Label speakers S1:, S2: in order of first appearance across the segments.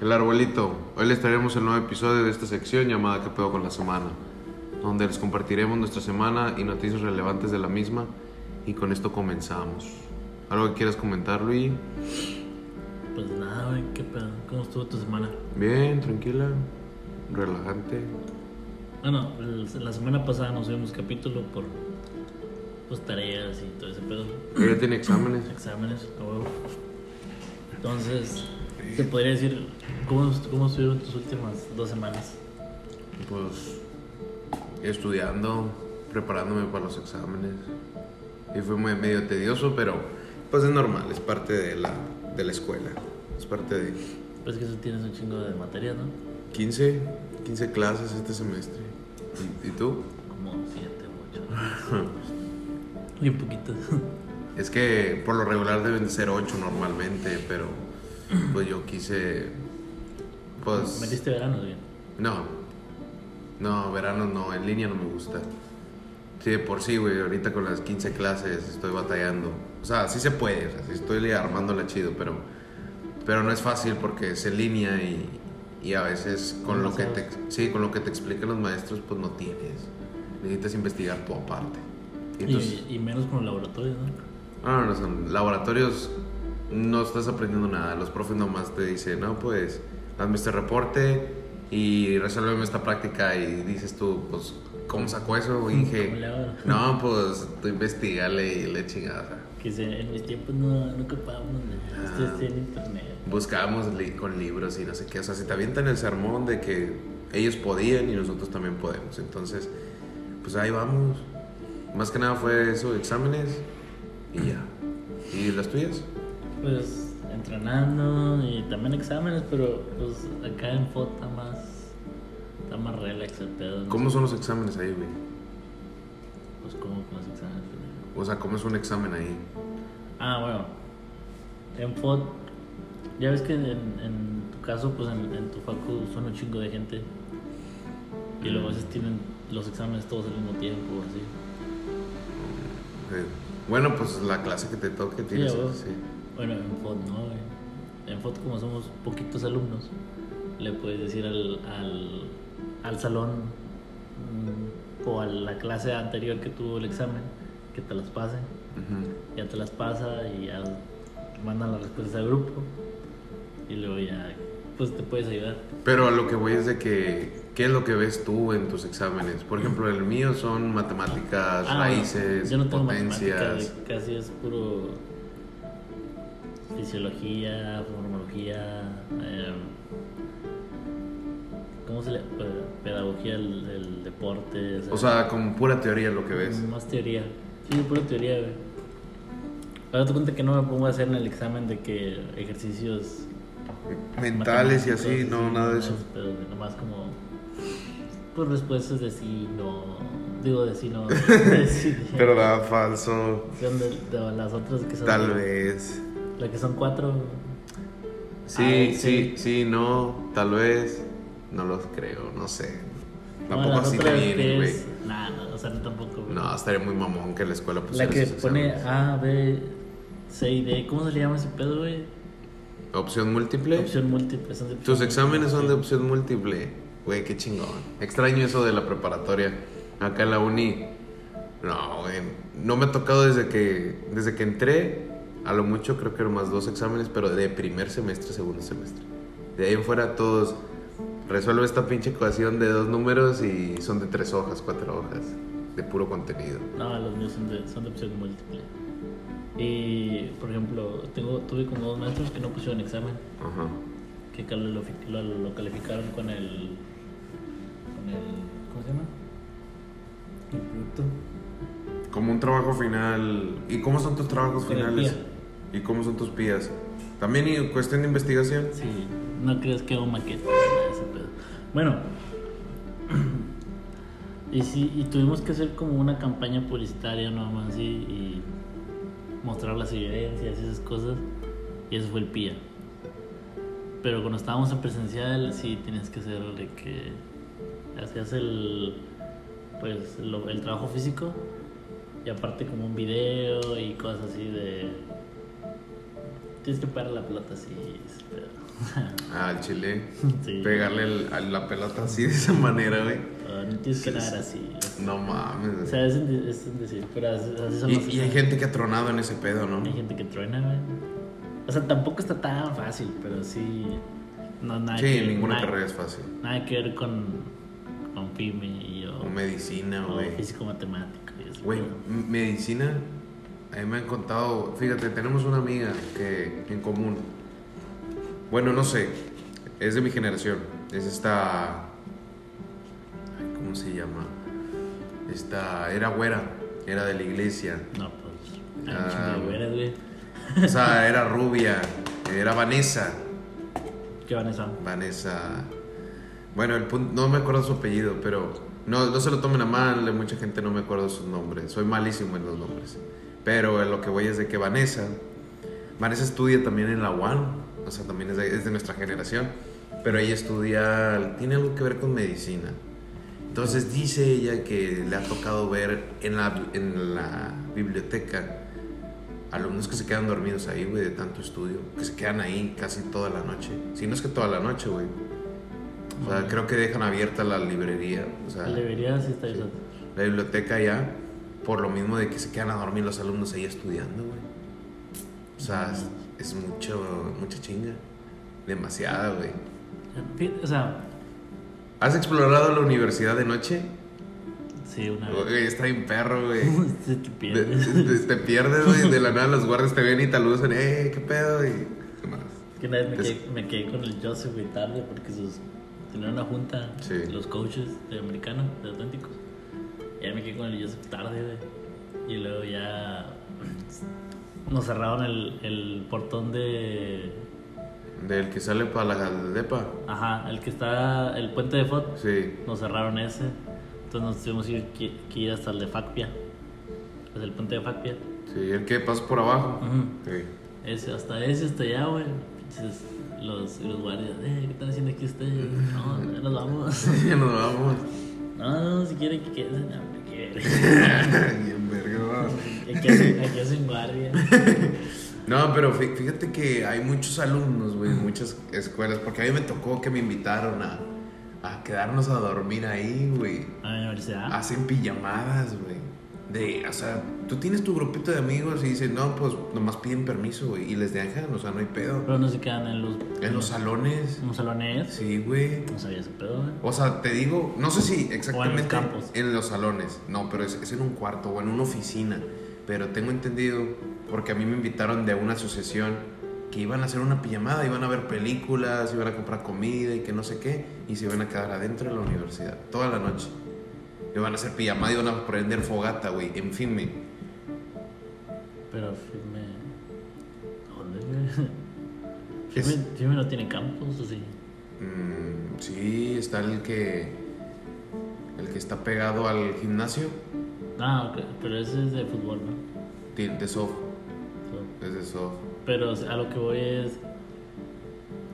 S1: El arbolito. Hoy les traeremos el nuevo episodio de esta sección llamada ¿Qué pedo con la semana? Donde les compartiremos nuestra semana y noticias relevantes de la misma. Y con esto comenzamos. ¿Algo que quieras comentar, Luis?
S2: Pues nada, güey, qué pedo. ¿Cómo estuvo tu semana?
S1: Bien, tranquila, relajante.
S2: Bueno, el- la semana pasada nos subimos capítulo por pues tareas y todo ese pedo,
S1: Hoy ya tiene exámenes.
S2: exámenes, a huevo. Entonces, te podría decir cómo, cómo estuvieron tus últimas dos semanas.
S1: Pues estudiando, preparándome para los exámenes. Y fue muy medio tedioso, pero pues es normal, es parte de la, de la escuela. Es parte de
S2: Pues que eso tienes un chingo de materia, ¿no?
S1: 15, 15 clases este semestre. ¿Y, y tú?
S2: Como siete u ocho. Bien poquitas.
S1: Es que por lo regular deben ser 8 normalmente, pero pues yo quise... Pues...
S2: Metiste verano bien.
S1: No. No, verano no, en línea no me gusta. Sí, de por sí, güey, ahorita con las 15 clases estoy batallando. O sea, sí se puede, o sea, sí estoy armándola chido, pero, pero no es fácil porque es en línea y, y a veces con
S2: No
S1: lo, que te,
S2: sabes.
S1: sí, con lo que te explican los maestros, pues no tienes. Necesitas investigar tu aparte. Y entonces-
S2: Y, y menos con los laboratorios, ¿no?
S1: no, no, no, son laboratorios no estás aprendiendo nada. Los profes nomás te dicen, no, pues, hazme este reporte y resuélveme esta práctica. Y dices tú, pues, ¿cómo sacó eso,
S2: ¿Cómo le
S1: Inge?
S2: hago?
S1: No, pues, tú investigale y le chingada.
S2: Que se- en mis tiempos no, no ocupábamos nada.
S1: Ah.
S2: Ustedes tienen internet.
S1: Buscábamos li- con libros y no sé qué. O sea, si te avientan el sermón de que ellos podían y nosotros también podemos. Entonces, pues ahí vamos. Más que nada fue eso, exámenes y ya. ¿Y las tuyas?
S2: Pues entrenando y también exámenes, pero pues acá en FOT está más, está más relax el pedo. ¿no?
S1: ¿Cómo son los exámenes ahí, güey?
S2: Pues como con los exámenes. pendejo?
S1: O sea, ¿cómo es un examen ahí?
S2: Ah, bueno. En FOT, ya ves que en, en tu caso, pues en, en tu facu son un chingo de gente. Y luego a veces tienen los exámenes todos al mismo tiempo, así.
S1: Eh, Bueno, pues la clase que te toque tienes.
S2: a huevo.
S1: sí.
S2: Bueno, en FOD no, güey. En FOD, como somos poquitos alumnos, le puedes decir al, al, al salón mm, o a la clase anterior que tuvo el examen que te las pase.
S1: Ujú.
S2: Ya te las pasa y ya mandan las respuestas al grupo. Y luego ya, pues te puedes ayudar.
S1: Pero a lo que voy es de que, ¿qué es lo que ves tú en tus exámenes? Por ejemplo, el mío son matemáticas,
S2: Ah,
S1: raíces,
S2: yo no tengo
S1: potencias.
S2: matemáticas, casi es puro fisiología, formología, eh, ¿cómo se le pe- pedagogía del, del deporte?
S1: O sea, con pura teoría lo que ves.
S2: más teoría. Sí, pura teoría, güey. Ahora te cuenta que no me pongo a hacer en el examen de que ejercicios
S1: Mentales y así,
S2: matemáticos,
S1: no, nada de eso.
S2: Pero nomás como pues respuestas de sí, no, digo de sí, no, de sí.
S1: Verdad, falso.
S2: Son de, de las otras que son.
S1: Tal vez.
S2: La que son cuatro.
S1: Sí,
S2: Ah,
S1: sí,
S2: sí.
S1: sí, no, tal vez. No los creo, no sé.
S2: No,
S1: Tampoco
S2: las
S1: así te
S2: otras
S1: vienen,
S2: que
S1: güey.
S2: es- Nah, no, o sea, no tampoco. güey.
S1: No, pues estaría muy mamón que la escuela pusiera
S2: la que
S1: esos
S2: pone
S1: exámenes.
S2: A, B, C y D. ¿Cómo se le llama ese pedo, güey?
S1: Opción múltiple.
S2: Opción múltiple. son de opción
S1: Tus exámenes son de
S2: múltiple.
S1: opción múltiple. Güey, qué chingón. Extraño eso de la preparatoria. Acá en la uni. No, güey. No me ha tocado desde que, desde que entré. A lo mucho creo que eran más dos exámenes, pero de primer semestre, segundo semestre. De ahí en fuera todos. Resuelve esta pinche ecuación de dos números y son de tres hojas, cuatro hojas. De puro contenido.
S2: No, los míos son de, son de opción múltiple. Y, por ejemplo, tengo, tuve como dos maestros que no pusieron examen.
S1: Ajá.
S2: Que cal- lo, fi- lo- lo calificaron con el. con el. ¿Cómo se llama? El producto.
S1: Como un trabajo final. ¿Y cómo son tus trabajos
S2: Con el
S1: finales?
S2: pía.
S1: ¿Y cómo son tus pías? También y cuestión de investigación.
S2: Sí, no crees que hago maquetas, nada de ese pedo. Bueno, y sí, y tuvimos que hacer como una campaña publicitaria nomás y, y mostrar las evidencias y esas cosas, y eso fue el PIA. Pero cuando estábamos en presencial, sí tienes que hacer de que hacías el, pues, lo- el trabajo físico, y aparte como un video y cosas así de Tienes que pegar la pelota así. ese pedo.
S1: Ah, Al chile.
S2: Sí.
S1: Pegarle el- a la pelota así de esa manera, güey.
S2: Ah, no tienes que nadar así.
S1: No mames.
S2: O
S1: güey.
S2: sea, es un, de- es un decir, pero así así son
S1: Y,
S2: los-
S1: y hay gente que ha tronado en ese pedo, ¿no?
S2: Hay gente que truena, güey. O sea, tampoco está tan fácil, pero sí. No, nada
S1: Sí,
S2: que,
S1: ninguna
S2: nada-
S1: carrera es fácil.
S2: Nada que ver con, con PYME y yo.
S1: O medicina,
S2: o
S1: güey.
S2: físico matemático y eso.
S1: Güey,
S2: pero-
S1: m- medicina, a mí me han contado, fíjate, tenemos una amiga que en común, bueno, no sé, es de mi generación, es esta, ay, ¿cómo se llama? Esta, era güera, era de la iglesia,
S2: No, pues. Hay
S1: Ah,
S2: un chingo de güeras, güey.
S1: o sea, era rubia, era Vanessa,
S2: ¿Qué van a hacer?
S1: Vanessa, bueno, el punto, no me acuerdo su apellido, pero no, no se lo tomen a mal, mucha gente no me acuerdo sus nombres, soy malísimo en los nombres, pero lo que voy es de que Vanessa, Vanessa estudia también en la UAN, o sea, también es de, es de nuestra generación, pero ella estudia, tiene algo que ver con medicina. Entonces dice ella que le ha tocado ver en la, en la biblioteca alumnos que se quedan dormidos ahí, güey, de tanto estudio, que se quedan ahí casi toda la noche. Si no es que toda la noche, güey. O sea, creo que dejan abierta la librería, o sea,
S2: Debería sí estar eso.
S1: la biblioteca ya, por lo mismo de que se quedan a dormir los alumnos ahí estudiando, güey. O sea, es, es mucho, mucha chinga. Demasiada, güey.
S2: Fí- Eh, O sea,
S1: ¿Has explorado la universidad de noche?
S2: sí, una vez.
S1: Güey, está bien perro, güey.
S2: Sí, te
S1: De-
S2: pierdes.
S1: de- Te pierdes, güey. De la nada los guardias te ven y te aludan. ¡Eh, qué pedo! Y demás.
S2: Que una vez me
S1: Es-
S2: quedé, me quedé con el Joseph güey, tarde porque sus, tenían una junta,
S1: Sí.
S2: los coaches de americano, de Atlántico. Ya me quedé con el Joseph tarde, güey. Y luego ya nos cerraron el, el portón de.
S1: Del que sale para la depa.
S2: Ajá, el que está. El puente de Fot.
S1: Sí.
S2: Nos cerraron ese. Entonces nos tuvimos que ir, que, que ir hasta el de Facpia. Pues el puente de Facpia.
S1: Sí, el que pasa por abajo.
S2: Ujú.
S1: Sí.
S2: Ese, hasta ese, hasta allá, güey. Pinches, Los, los guardias, eh, ¿qué están haciendo aquí ustedes? No, ya nos vamos.
S1: Nos vamos.
S2: No, no, si quieren que queden, no, hombre, que
S1: Bien verga, va.
S2: aquí hacen, aquí hacen guardia.
S1: No, pero fí- fíjate que hay muchos alumnos, güey, en muchas escuelas, porque a mí me tocó que me invitaron a, a quedarnos a dormir ahí, güey.
S2: A la universidad.
S1: Hacen pijamadas, güey. De, o sea, tú tienes tu grupito de amigos y dicen, no, pues nomás piden permiso, güey, y les dejan, o sea, no hay pedo.
S2: Pero no se quedan en los.
S1: En los salones,
S2: en los salones.
S1: sí, güey.
S2: No sabía ese pedo, güey.
S1: O sea, te digo, no sé si exactamente
S2: campos.
S1: en los salones, no, pero es, es en un cuarto o en una oficina. Pero tengo entendido, porque a mí me invitaron de una asociación que iban a hacer una pijamada, iban a ver películas, iban a comprar comida y que no sé qué, y se iban a quedar adentro de la universidad toda la noche. Iban a hacer pijamada, iban a prender fogata, güey, en fin, güey.
S2: Pero firme. ¿Dónde, güey?
S1: Es-
S2: Firme, firme no tiene campus, así.
S1: Mm, sí, está el que, el que está pegado al gimnasio
S2: Ah, ok, pero ese es de fútbol, ¿no?
S1: de, de soft,
S2: So-
S1: es de soft.
S2: Pero o sea, a lo que voy es.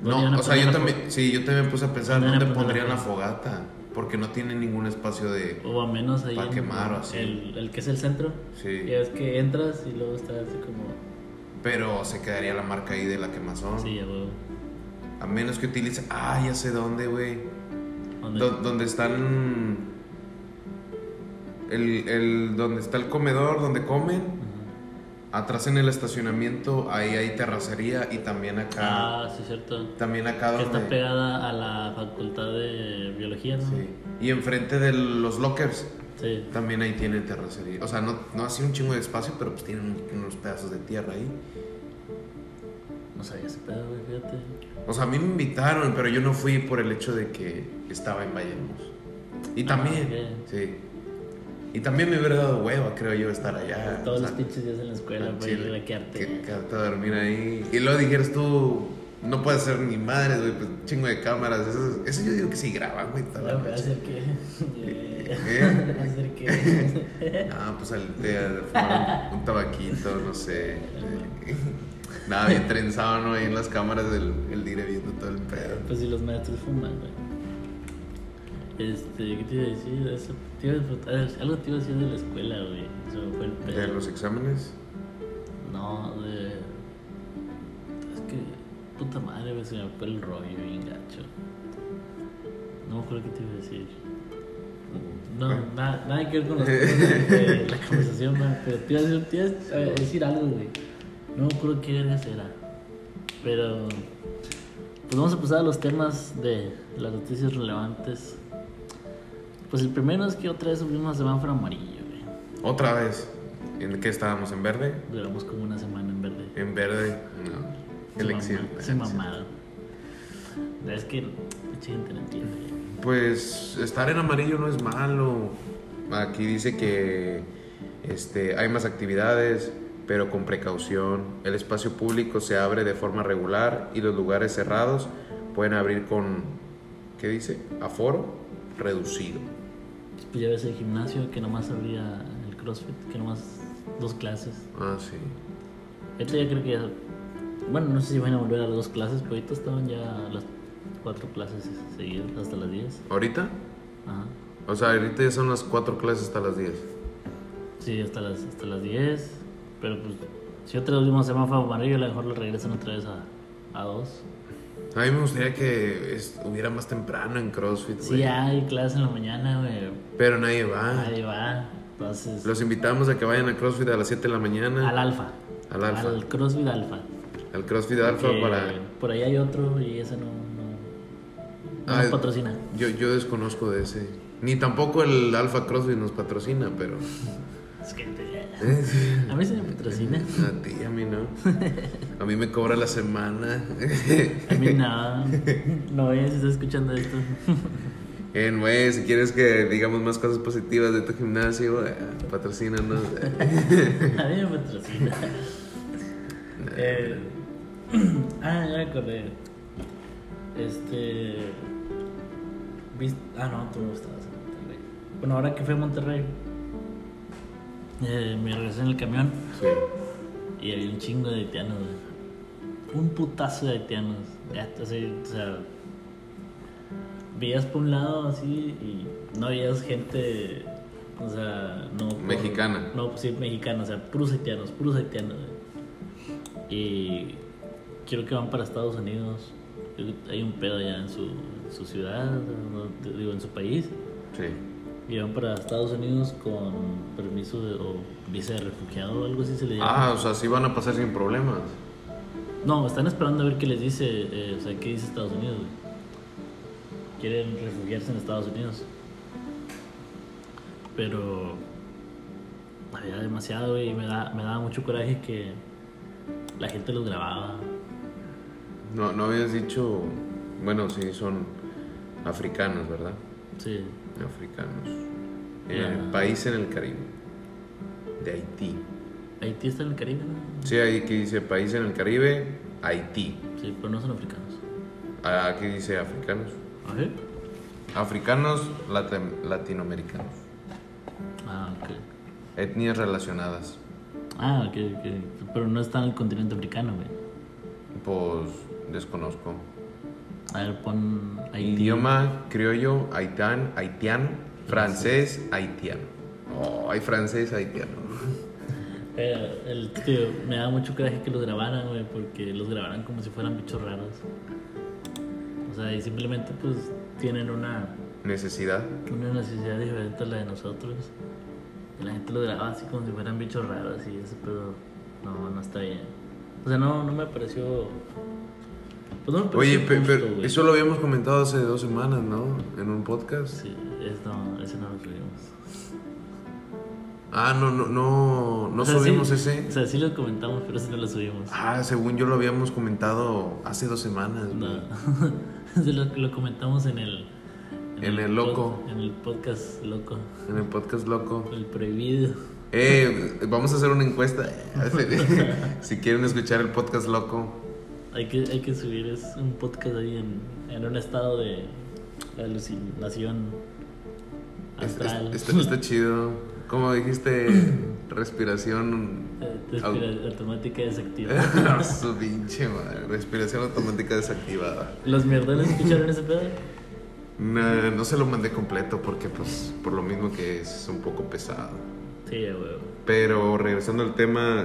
S2: ¿dónde van
S1: No,
S2: a
S1: o sea,
S2: poner
S1: yo
S2: la
S1: también, sí, yo también me puse a pensar
S2: ¿Dónde van a
S1: dónde
S2: poner la
S1: pondrían la fogata, porque no tiene ningún espacio de,
S2: fo- O a menos ahí.
S1: Pa'
S2: en
S1: quemar o así.
S2: El, el que es el centro.
S1: sí,
S2: Ya es que entras y luego estás así como.
S1: pero se quedaría la marca ahí de la quemazón,
S2: Sí, a huevo.
S1: a menos que utilice, ah, ya sé dónde, güey,
S2: ¿Dónde?
S1: Do- donde están, el, el, donde está el comedor, donde comen,
S2: Ajá.
S1: atrás en el estacionamiento, ahí hay terracería y también acá,
S2: Ah, sí, es cierto.
S1: también acá
S2: Que está
S1: donde,
S2: pegada a la facultad de biología, ¿no?
S1: sí, y enfrente de los lockers,
S2: Sí.
S1: También ahí tienen terracería. O sea, no, no así un chingo de espacio, pero pues tienen un- unos pedazos de tierra ahí.
S2: No sabía ese pedo, güey, fíjate.
S1: O sea, a mí me invitaron, pero yo no fui por el hecho de que estaba en Vallemus. Y también,
S2: ok.
S1: sí. Y también me hubiera dado hueva, creo yo, estar allá.
S2: Todos
S1: Ah, o sea,
S2: los pinches días en la escuela,
S1: al
S2: güey,
S1: chile,
S2: iba a quedarte.
S1: que- quedarte a dormir ahí. Y luego dijeras tú, no puedes hacer ni madres, güey, pues chingo de cámaras. Eso, eso yo digo que sí graban, güey, toda la
S2: Voy a
S1: noche.
S2: hacer que.
S1: ¿Eh?
S2: Voy a hacer que.
S1: Ah, pues al de fumar un, un tabaquito, no sé. Nada, bien trenzado, ¿no? Ahí en las cámaras del el dire viendo todo el pedo.
S2: Pues si los maestros fuman, güey. Este, ¿qué te iba a decir? Eso, te iba a preguntar- algo te iba a decir de la escuela, güey. Se me fue el pedo.
S1: ¿De los exámenes?
S2: No, de. madre, güey, se me fue el rollo bien gacho. No me acuerdo qué te iba a decir. No, nada, nada que ver con los temas de, de la conversación, man, pero te iba a decir, te iba a decir algo, güey. No me acuerdo qué vergas era. Pero. Pues vamos a pasar a los temas de las noticias relevantes. Pues el primero es que otra vez subimos a semáforo amarillo, güey.
S1: Otra vez. ¿En qué estábamos? ¿En verde?
S2: Duramos como una semana en verde.
S1: En verde. No.
S2: Se
S1: Elección.
S2: mama- Se mamaron. Es que mucha gente no entiende.
S1: Pues estar en amarillo no es malo. Aquí dice que este, hay más actividades, pero con precaución. El espacio público se abre de forma regular y los lugares cerrados pueden abrir con, ¿qué dice? Aforo reducido.
S2: Pues ya ves el gimnasio que nomás abría el CrossFit, que nomás dos clases.
S1: Ah, sí.
S2: Ahorita ya creo que ya- Bueno, no sé si van a volver a las dos clases, pero ahorita estaban ya las cuatro clases seguidas, hasta las 10.
S1: ¿Ahorita?
S2: Ajá.
S1: O sea, ahorita ya son las cuatro clases hasta las 10.
S2: Sí, hasta las, hasta las 10. Pero pues, si otra vez vimos semáforo amarillo, a lo mejor lo regresan otra vez a, a dos.
S1: A mí me gustaría que es- hubiera más temprano en CrossFit,
S2: Sí,
S1: güey. Ah.
S2: hay clases en la mañana, güey.
S1: Pero nadie va.
S2: Ahí va. Entonces,
S1: Los invitamos a que vayan a CrossFit a las 7 de la mañana.
S2: al alfa.
S1: Al Alfa.
S2: Al CrossFit alfa.
S1: Al CrossFit Alpha
S2: Que
S1: para...
S2: Por ahí hay otro y ese no, no, no
S1: Ah,
S2: nos patrocina.
S1: Yo, yo desconozco de ese. Ni tampoco el Alpha CrossFit nos patrocina, pero...
S2: Es que te- a mí se me patrocina.
S1: A ti, a mí no. A mí me cobra la semana.
S2: A mí nada. No es, está escuchando esto.
S1: En güey, si quieres que digamos más cosas positivas de tu gimnasio, eh, patrocínanos.
S2: A mí me patrocina. Eh, ah, ya me acordé. Este. vis- Ah, no, tú no estabas en Monterrey. Bueno, ahora que fui a Monterrey, eh, me regresé en el camión
S1: Sí.
S2: y había un chingo de haitianos. güey. Un putazo de haitianos. Ya, así, o sea, veías por un lado así y no veías gente. O sea, no. por-
S1: Mexicana.
S2: no, pues sí, mexicana, o sea, puros haitianos, puros haitianos. güey. Y quiero que van para Estados Unidos. Creo que Hay un pedo allá en su, en su ciudad, no, te- digo, en su país.
S1: Sí.
S2: Y van para Estados Unidos con permiso de- o visa de refugiado o algo así se le llama.
S1: Ah, o sea, sí van a pasar sin problemas.
S2: No, están esperando a ver qué les dice, eh, o sea, qué dice Estados Unidos. güey. Quieren refugiarse en Estados Unidos. Pero había demasiado güey, y me, da, me daba mucho coraje que la gente los grababa.
S1: No, no habías dicho... Bueno, sí, son africanos, ¿verdad?
S2: Sí,
S1: Africanos.
S2: Ya.
S1: El país en el Caribe. De Haití.
S2: Haití está en el Caribe, ¿no?
S1: Sí, ahí que dice país en el Caribe, Haití.
S2: Sí, pero no son africanos.
S1: Ah, Aquí dice africanos.
S2: ¿Ah, sí?
S1: Africanos, latam- latinoamericanos.
S2: Ah, ok.
S1: Etnias relacionadas.
S2: Ah, ok, ok. Pero no está en el continente africano, güey.
S1: Pues desconozco.
S2: A ver, pon Haití.
S1: Idioma criollo, haitán, haitiano, francés, haitiano. Oh, hay francés, haitiano.
S2: Eh, el tío, me da mucho coraje que los grabaran, güey, porque los grabaran como si fueran bichos raros. O sea, y simplemente pues tienen una,
S1: Necesidad.
S2: una necesidad diferente a la de nosotros. Y la gente los graba así como si fueran bichos raros y ese pedo no, no está bien. O sea, no, no me pareció... Pues no me
S1: Oye,
S2: pareció
S1: pe-
S2: justo,
S1: pero
S2: güey.
S1: eso lo habíamos comentado hace dos semanas, ¿no? En un podcast.
S2: Sí, es, no, ese no lo subimos.
S1: Ah, no, no, no, no
S2: O sea,
S1: subimos
S2: sí,
S1: ese.
S2: O sea, sí lo comentamos, pero ese no lo subimos.
S1: Ah, según yo lo habíamos comentado hace dos semanas. güey.
S2: No. Se lo, lo comentamos en el.
S1: En el loco.
S2: pod- en el podcast loco.
S1: En el podcast loco.
S2: El prohibido.
S1: Eh, vamos a hacer una encuesta. si quieren escuchar el podcast loco.
S2: Hay que, hay que subir es un podcast ahí en, en un estado de alucinación
S1: es- este-
S2: astral.
S1: es- está, está chido. Como dijiste, respiración.
S2: Eh, respira- automática desactivada.
S1: Ah, Su pinche madre. Respiración automática desactivada.
S2: ¿Los mierdones escucharon ese pedo?
S1: No, no se lo mandé completo porque, pues, por lo mismo que es un poco pesado.
S2: Sí, a huevo.
S1: Pero regresando al tema,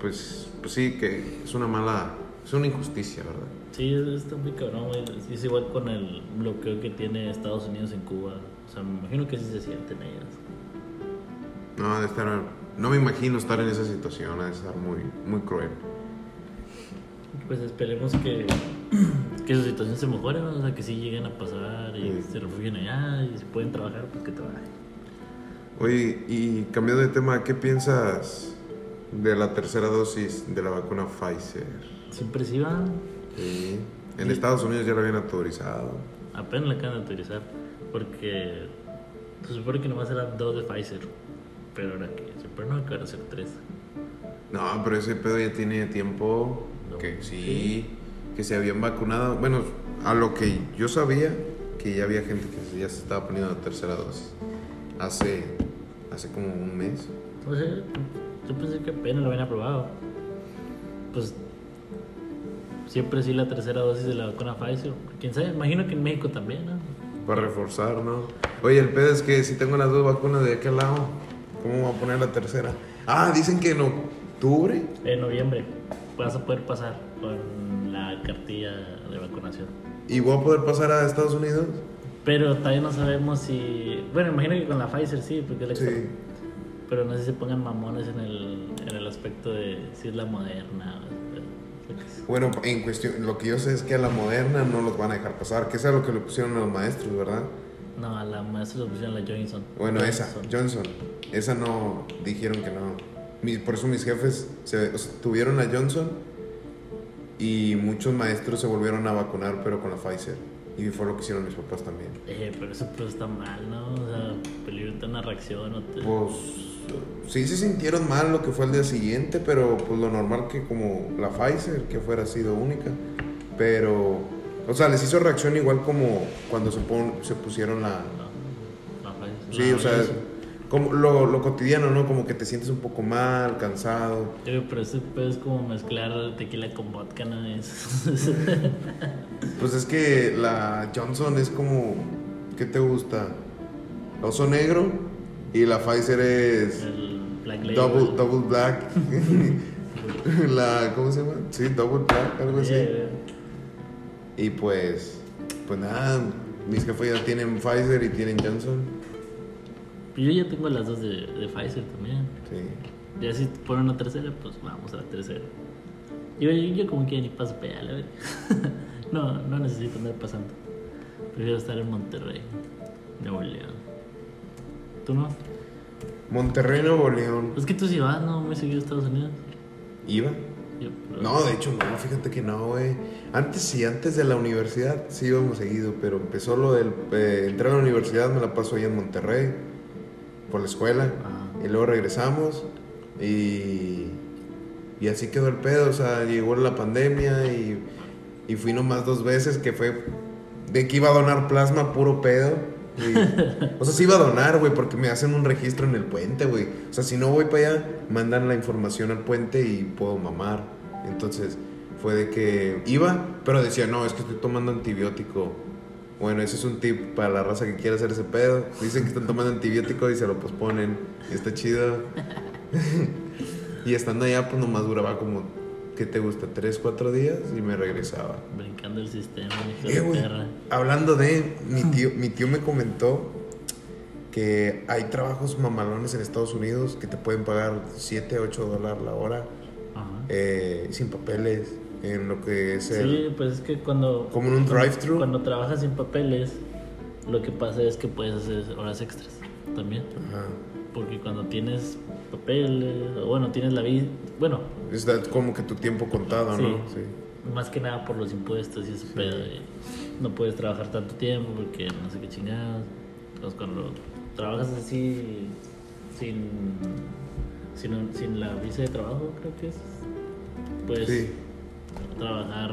S1: pues, pues sí, que es una mala Es una injusticia, ¿verdad?
S2: Sí, es- está muy cabrón, güey. Es- Es igual con el bloqueo que tiene Estados Unidos en Cuba. O sea, me imagino que sí se sienten ellas.
S1: No, ha de estar. No me imagino estar en esa situación, ha de estar muy, muy cruel.
S2: Pues esperemos que, que su situación se mejore, ¿no? o sea, que sí lleguen a pasar y
S1: Sí.
S2: se refugien allá y si pueden trabajar, pues que trabajen.
S1: Oye, y cambiando de tema, ¿qué piensas de la tercera dosis de la vacuna Pfizer?
S2: Siempre sí van,
S1: Sí. En Estados Unidos ya la habían autorizado.
S2: apenas la acaban de autorizar, porque se supone que nomás eran dos de Pfizer, pero ahora que se supone no, que van a ser tres.
S1: No, pero ese pedo ya tiene tiempo
S2: No,
S1: que sí,
S2: sí.
S1: que se habían vacunado. Bueno, a lo que yo sabía, que ya había gente que ya se estaba poniendo la tercera dosis. Hace, hace como un mes.
S2: No sé, yo pensé que apenas lo habían aprobado. Pues siempre sí la tercera dosis de la vacuna Pfizer, quién sabe, imagino que en México también, ¿no?
S1: Para reforzar, ¿no? Oye, el pedo es que si tengo las dos vacunas de aquel lado, ¿cómo voy a poner la tercera? Ah, dicen que en octubre.
S2: En noviembre vas a poder pasar con la cartilla de vacunación.
S1: ¿Y voy a poder pasar a Estados Unidos?
S2: Pero todavía no sabemos si. Bueno, imagino que con la Pfizer sí, porque es la
S1: Sí.
S2: extra. Pero no sé si se pongan mamones en el, en el aspecto de si es la moderna. o- pues, o- o qué es.
S1: Bueno, en cuestión, lo que yo sé es que a la moderna no los van a dejar pasar, que es a lo que le pusieron a los maestros, ¿verdad?
S2: No, a la maestra le pusieron la Johnson.
S1: Bueno, esa,
S2: Johnson.
S1: Johnson. Esa no dijeron que no. Mi- por eso mis jefes se, o sea, tuvieron a Johnson y muchos maestros se volvieron a vacunar, pero con la Pfizer. Y fue lo que hicieron mis papás también.
S2: Eh, pero eso pues, está mal, ¿no? O sea, peligrota una reacción. O te-
S1: Pues sí se sintieron mal lo que fue el día siguiente, pero pues lo normal que como la Pfizer, que fuera sido única. Pero, o sea, les hizo reacción igual como cuando se, pon- se pusieron la...
S2: No, la Pfizer-
S1: Sí,
S2: la
S1: o sea,
S2: Johnson.
S1: como lo, lo cotidiano, ¿no? Como que te sientes un poco mal, cansado.
S2: Eh, Pero ese pedo es como mezclar tequila con vodka, ¿no? Es-
S1: Pues es que la Johnson es como, ¿qué te gusta? Oso negro y la Pfizer es
S2: El Black Label.
S1: double, double black. la, ¿cómo se llama? Sí, double black, algo así.
S2: Sí, eh,
S1: Y pues, pues nada, mis jefes ya tienen Pfizer y tienen Johnson.
S2: Yo ya tengo las dos de, de Pfizer también.
S1: Sí.
S2: Ya si ponen una tercera, pues vamos a la tercera. Yo, yo, yo como que ni paso para allá, la verga. no, no necesito andar pasando. Prefiero estar en Monterrey, Nuevo León. ¿Tú no?
S1: Monterrey, Nuevo León.
S2: Es que tú sí vas, ¿no? Muy seguido a Estados Unidos.
S1: ¿Iba?
S2: Yo, pero-
S1: No, de hecho no, fíjate que no, güey. Antes sí, antes de la universidad sí íbamos seguido, pero empezó lo del... eh, entré a la universidad, me la paso ahí en Monterrey, por la escuela,
S2: Ah.
S1: y luego regresamos y... Y así quedó el pedo, o sea, llegó la pandemia y, y fui nomás dos veces que fue de que iba a donar plasma puro pedo. y- o sea, sí iba a donar, güey, porque me hacen un registro en el puente, güey. O sea, si no voy para allá, mandan la información al puente y puedo mamar. Entonces, fue de que iba, pero decía, no, es que estoy tomando antibiótico. Bueno, ese es un tip para la raza que quiere hacer ese pedo. Dicen que están tomando antibiótico y se lo posponen. Y está chido. y estando allá, pues nomás duraba como, ¿qué te gusta? ¿Tres, cuatro días? Y me regresaba.
S2: Brincando el sistema, hijo
S1: Eh,
S2: de
S1: güey,
S2: perra.
S1: hablando de, mi tío, mi tío me comentó que hay trabajos mamalones en Estados Unidos que te pueden pagar 7, 8 dólares la hora
S2: Ajá.
S1: eh, sin papeles, en lo que es el...
S2: Sí, pues es que cuando.
S1: Como en un
S2: cuando-
S1: drive-thru.
S2: Cuando trabajas sin papeles, lo que pasa es que puedes hacer horas extras también.
S1: Ajá.
S2: Porque cuando tienes papeles, o bueno, tienes la vida. Bueno,
S1: Es that- como que tu tiempo contado, ¿no?
S2: Sí.
S1: Sí.
S2: más que nada por los impuestos y ese pedo. y no puedes trabajar tanto tiempo porque no sé qué chingados. Entonces, cuando trabajas así, sin, sin, un- sin la visa de trabajo, creo que es. Pues
S1: Sí,
S2: trabajar.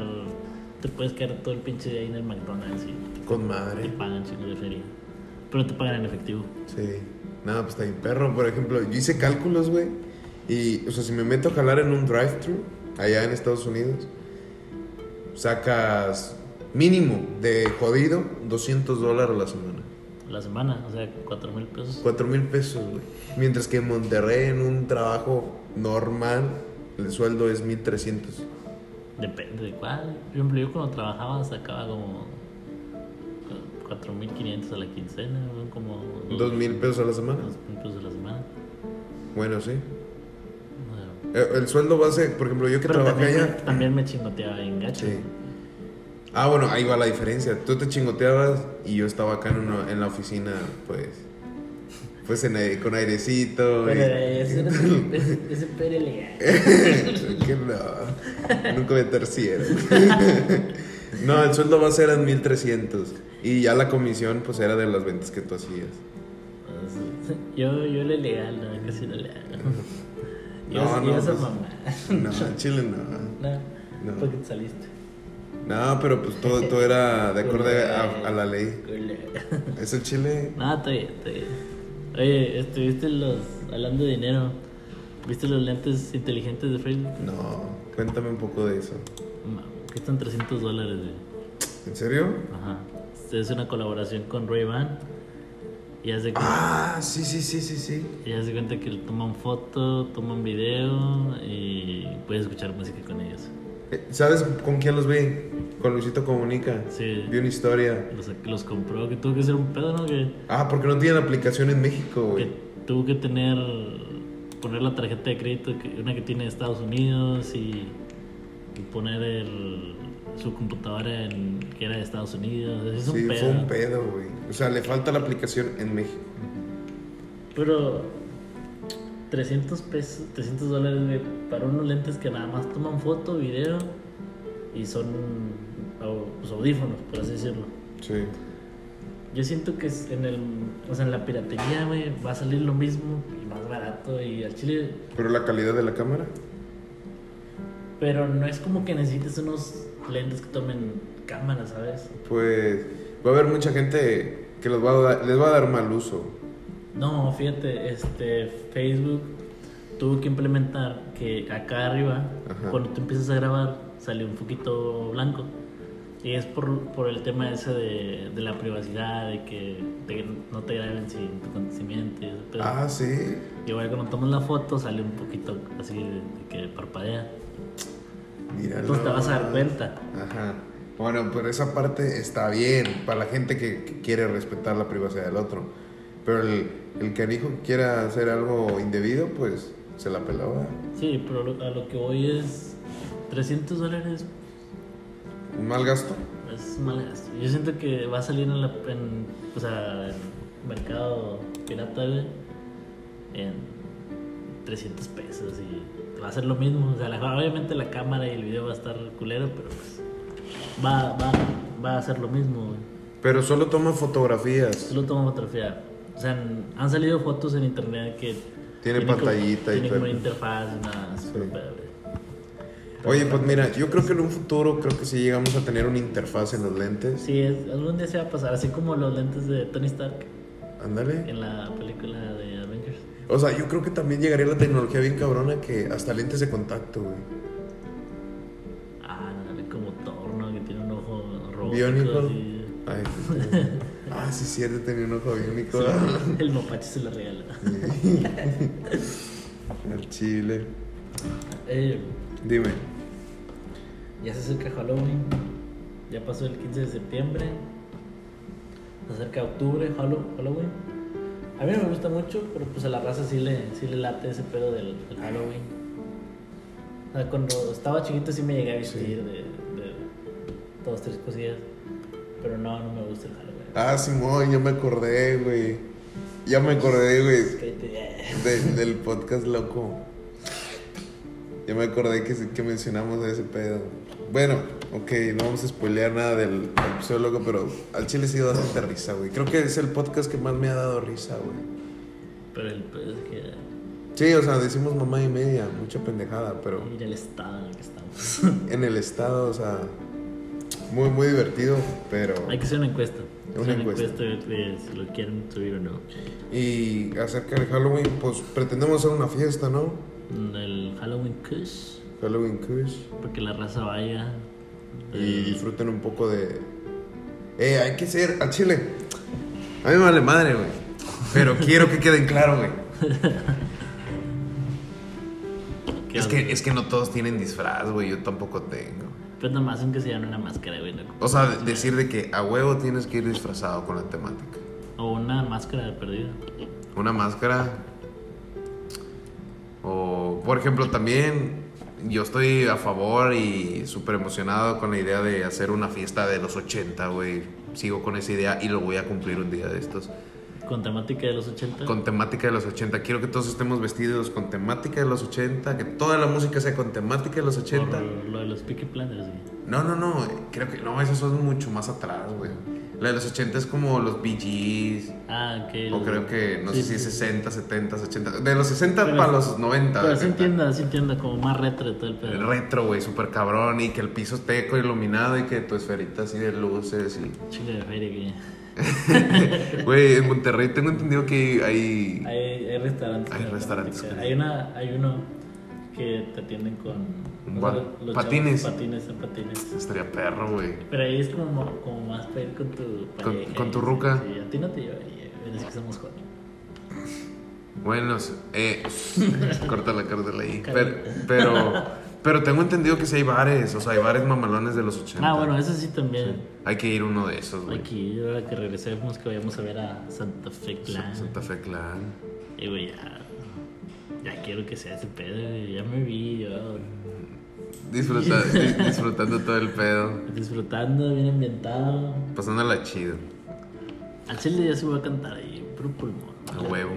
S2: Te puedes quedar todo el pinche día ahí en el McDonald's y
S1: con
S2: te
S1: madre.
S2: pagan chingo de feria. Pero te pagan en efectivo.
S1: Sí. Nada, pues está bien perro. Por ejemplo, yo hice cálculos, güey. Y, o sea, si me meto a jalar en un drive-thru allá en Estados Unidos, sacas mínimo de jodido 200 dólares a la semana.
S2: La semana, o sea, cuatro mil pesos.
S1: 4 mil pesos, güey. Mientras que en Monterrey, en un trabajo normal, el sueldo es 1300.
S2: Depende de cuál. Por ejemplo, yo cuando trabajaba sacaba como 4.500 a la quincena, ¿no? como
S1: ¿Dos mil pesos a la semana?
S2: 2.000 pesos a la semana.
S1: Bueno, sí.
S2: O sea,
S1: Eh, El sueldo base, por ejemplo, yo que
S2: pero
S1: trabajé
S2: también,
S1: allá.
S2: también me chingoteaba en gacho.
S1: Sí. Ah, bueno, ahí va la diferencia. Tú te chingoteabas y yo estaba acá en, una- en la oficina, pues. Pues en aire- con airecito.
S2: Pero
S1: y-
S2: ese era su- ese- ese pere
S1: Eh.
S2: legal.
S1: que no. Nunca me torcieron. no, el sueldo base era 1300. Y ya la comisión, pues era de las ventas que tú hacías.
S2: Yo, yo lo legal, no, casi lo legal. Yo,
S1: No,
S2: yo
S1: no,
S2: esa
S1: pues-
S2: mamá.
S1: No, en Chile no.
S2: No,
S1: No.
S2: porque te saliste.
S1: No, pero pues todo, todo era de acuerdo a, a la ley. Eso en Chile.
S2: Nada, Ah, está bien, está bien. Oye, estuviste los. hablando de dinero. ¿Viste los lentes inteligentes de Facebook?
S1: No, cuéntame un poco de eso.
S2: Ma, Cuestan 300 dólares, güey.
S1: ¿En serio?
S2: Ajá. Es una colaboración con Ray-Ban. Y hace cuenta.
S1: Ah, sí, sí, sí, sí, sí.
S2: Y haz de cuenta que le toman foto, toman video y puedes escuchar música con ellos.
S1: Eh, ¿Sabes con quién los vi? Con Luisito Comunica.
S2: Sí,
S1: Vi una historia.
S2: los, los compró, que tuvo que ser un pedo, ¿no? Que,
S1: Ah, porque no tienen aplicación en México,
S2: que
S1: güey.
S2: tuvo que tener, poner la tarjeta de crédito, que- una que tiene de Estados Unidos y, y poner el- su computadora en, que era de Estados Unidos. Es un
S1: Sí,
S2: pedo.
S1: fue un pedo, güey. O sea, le falta la aplicación en México.
S2: Pero 300 pesos, 300 dólares güey, para unos lentes que nada más toman foto, video y son au- pues, audífonos, por así decirlo.
S1: Sí.
S2: Yo siento que es en el, o sea, en la piratería, güey, va a salir lo mismo y más barato y al chile,
S1: Pero la calidad de la cámara.
S2: pero no es como que necesites unos lentes que tomen cámara, ¿sabes?
S1: Pues va a haber mucha gente que los va a dar- les va a dar mal uso.
S2: No, fíjate, este Facebook tuvo que implementar que acá arriba,
S1: Ajá.
S2: cuando tú empiezas a grabar, sale un foquito blanco. Y es por, por el tema ese de, de la privacidad, de que te- no te graben sin tu consentimiento. y ese pedo.
S1: Ah, sí.
S2: Igual cuando tomas la foto sale un poquito así de, de que parpadea.
S1: Mira.
S2: Entonces Pues te vas a dar cuenta.
S1: Ajá. Bueno, pero esa parte está bien para la gente que, que quiere respetar la privacidad del otro. Pero el, el canijo que quiera hacer algo indebido, pues se la pelaba.
S2: Sí, pero lo- a lo que voy es 300 dólares
S1: Un mal gasto.
S2: Es mal gasto. Yo siento que va a salir en, la, en o sea, en mercado pirata, güey, en 300 pesos y va a ser lo mismo. O sea, la- obviamente la cámara y el video va a estar culero, pero pues va, va, va a ser lo mismo, güey.
S1: Pero solo toma fotografías.
S2: Solo tomo fotografía. O sea, han- han salido fotos en internet que...
S1: Tiene
S2: como-
S1: pantallita y
S2: Tiene como
S1: tal.
S2: una interfaz, una... super pedo, güey.
S1: Oye, pues mira, yo creo que en un futuro creo que si llegamos a tener una interfaz en los lentes.
S2: Sí, es- algún día se va a pasar, así como los lentes de Tony Stark
S1: Ándale.
S2: en la película de Avengers.
S1: O sea, yo creo que también llegaría la tecnología bien cabrona que hasta lentes de contacto, güey.
S2: Ah, dale, como torno que tiene un ojo robótico.
S1: Biónico.
S2: así.
S1: Ay, ah, sí, cierto, tenía un ojo biónico.
S2: El mapache se lo regala.
S1: Al chile.
S2: Eh,
S1: Dime.
S2: ya se acerca Halloween. Ya pasó el 15 de septiembre. Se acerca octubre, Hallo- Halloween. A mí no me gusta mucho, pero pues a la raza sí le, sí le late ese pedo del, del Halloween. O sea, cuando estaba chiquito sí me llegué a vestir de, de dos, tres cosillas. Pero no, no me gusta el Halloween.
S1: Ah, Simón, ya me acordé, güey. Ya me acordé, güey,
S2: Cállate.
S1: de- del podcast loco. Ya me acordé que, que mencionamos ese pedo. Bueno, ok, no vamos a spoilear nada del episodio loco, pero al chile sí da bastante risa, güey. Creo que es el podcast que más me ha dado risa, güey.
S2: Pero el pedo es que...
S1: Sí, o sea, decimos mamá y media, mucha pendejada, pero
S2: Mira el estado en el que estamos.
S1: en el estado, o sea, muy, muy divertido, pero...
S2: Hay que hacer una encuesta.
S1: Una
S2: Hacer
S1: encuesta.
S2: de- de si lo quieren subir o no.
S1: Y acerca del Halloween, pues pretendemos hacer una fiesta, ¿no?
S2: Mm, El Halloween Kush,
S1: Halloween Kush.
S2: porque la raza vaya. Eh,
S1: Y disfruten un poco de. Eh, hay que ser al chile. A mí me vale madre, güey. Pero quiero que queden claro, güey.
S2: ¿Qué
S1: Es que, es que no todos tienen disfraz, güey. Yo tampoco tengo.
S2: Pero nomás aunque sea una máscara, güey. no-
S1: O sea, de- decir de que a huevo tienes que ir disfrazado con la temática.
S2: O una máscara de perdida.
S1: Una máscara. O, por ejemplo, también yo estoy a favor y súper emocionado con la idea de hacer una fiesta de los 80, güey. Sigo con esa idea y lo voy a cumplir un día de estos.
S2: Con temática de los 80.
S1: Con temática de los 80. Quiero que todos estemos vestidos con temática de los 80. Que toda la música sea con temática de los 80.
S2: Por lo de los Peaky Blinders, güey.
S1: No, no, no. Creo que no, esos son mucho más atrás, güey. La de los 80 es como los Bee Gees,
S2: Ah, ok.
S1: O creo que, no
S2: Sí,
S1: sé si
S2: sí,
S1: 60, 70, 80. De los 60
S2: Pero-
S1: para los 90.
S2: Pero
S1: de
S2: sí
S1: neta.
S2: entienda, sí entienda, como más retro y todo el
S1: El
S2: pedo.
S1: retro, güey, súper cabrón. Y que el piso esté iluminado y que tu esferita así de luces. Y...
S2: Chinga de feria, güey.
S1: Güey, en Monterrey tengo entendido que hay.
S2: Hay, hay restaurantes.
S1: Hay
S2: con
S1: restaurantes
S2: temática.
S1: que-
S2: Hay, una, hay uno que te atienden con.
S1: Un
S2: o sea,
S1: ba-
S2: los chavos
S1: patines.
S2: en patines, en patines.
S1: Estaría perro, güey.
S2: Pero ahí es como, como más para ir con tu pareja.
S1: con tu
S2: y-
S1: ruca.
S2: Sí, a ti no te llevaría. güey, Es que somos jóvenes.
S1: Bueno, eh, córtala, córtala ahí. Pero, pero, pero tengo entendido que sí hay bares, o sea, hay bares mamalones de los 80.
S2: Ah, bueno, eso sí también.
S1: Hay que ir uno de esos, güey.
S2: Aquí, ahora que regresemos, que vayamos a ver a Santa Fe Clan.
S1: Sa- Santa Fe Clan.
S2: Y güey, ya. Ya quiero que sea ese pedo, güey, Ya me vi, yo.
S1: Disfruta- di- disfrutando todo el pedo.
S2: Disfrutando, bien ambientado.
S1: Pasándola chido.
S2: Al chile ya se va a cantar ahí, puro pulmón.
S1: A huevo.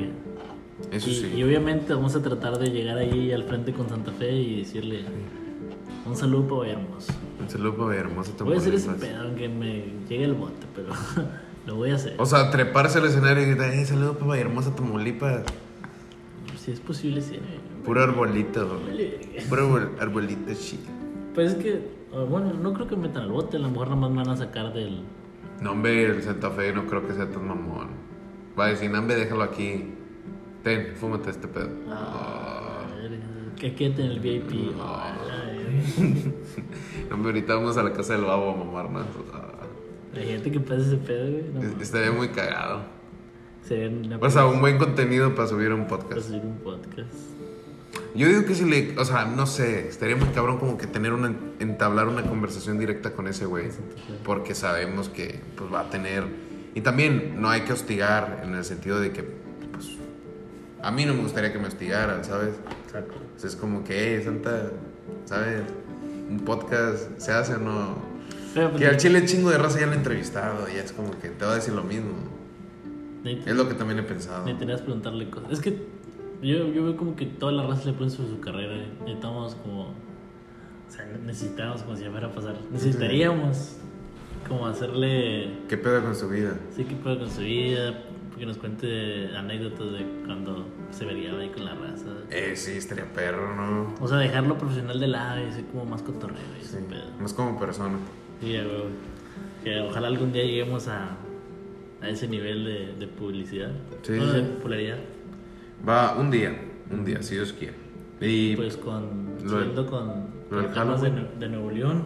S1: Eso
S2: Y, y
S1: sí.
S2: obviamente vamos a tratar de llegar ahí al frente con Santa Fe y decirle un saludo para Hermoso.
S1: Un saludo para mi hermosa
S2: Voy a hacer ese
S1: Tamaulipas.
S2: pedo aunque me llegue el bote, pero lo voy a hacer.
S1: O sea, treparse al escenario y gritar, eh, saludo para mi hermosa Tamaulipas.
S2: Si es posible, sí.
S1: Puro arbolito.
S2: Vale.
S1: Puro arbol- arbolito chido.
S2: Pues es que, eh, bueno, no creo que metan al bote, a lo mejor nomás me van a sacar del...
S1: No, hombre, el Santa Fe no creo que sea tan mamón. Va a decir, no, hombre, déjalo aquí. Ten, fúmate este pedo.
S2: Ah, Que quede en el VIP. Ah, la verga.
S1: No, hombre, ahorita vamos a la casa del babo a mamarnos. Ah,
S2: Hay gente que pasa ese pedo, güey. no
S1: es-
S2: mames.
S1: estaría muy cagado.
S2: Se ven una
S1: O sea, un buen contenido para subir a un
S2: para
S1: podcast.
S2: subir un podcast.
S1: Yo digo que si le, o sea, no sé, estaría muy cabrón como que tener una, entablar una conversación directa con ese güey. Porque sabemos que pues va a tener... Y también no hay que hostigar en el sentido de que, pues, a mí no me gustaría que me hostigaran, ¿sabes?
S2: Exacto.
S1: O sea, es como que, "Eh, Santa, ¿sabes? Un podcast se hace o no.
S2: Pero,
S1: Que al
S2: pues,
S1: chile chingo de raza ya lo he entrevistado, ya es como que te va a decir lo mismo.
S2: ni-
S1: Es lo que también he pensado.
S2: ni tenías que preguntarle cosas. Es que yo, yo veo como que toda la raza le pone sobre su carrera. eh. Necesitamos como... O sea, necesitamos como si ya fuera a pasar. Necesitaríamos como hacerle...
S1: ¿Qué pedo con su vida?
S2: Sí, que pueda con su vida, que nos cuente anécdotas de cuando se vergueaba ahí con la raza.
S1: Eh, sí, estaría perro, ¿no?
S2: O sea, dejarlo profesional de lado y ser como más cotorreo y ese
S1: Sí,
S2: pedo.
S1: más como persona.
S2: Sí, ya, güey. Que ojalá algún día lleguemos a, a ese nivel de, de publicidad.
S1: Sí,
S2: No,
S1: sí.
S2: de popularidad.
S1: Va un día, un día, si Dios quiere. Y,
S2: Pues con.
S1: Lo-
S2: siguiendo con.
S1: lo del
S2: con temas de,
S1: Halloween.
S2: Nue- de Nuevo León.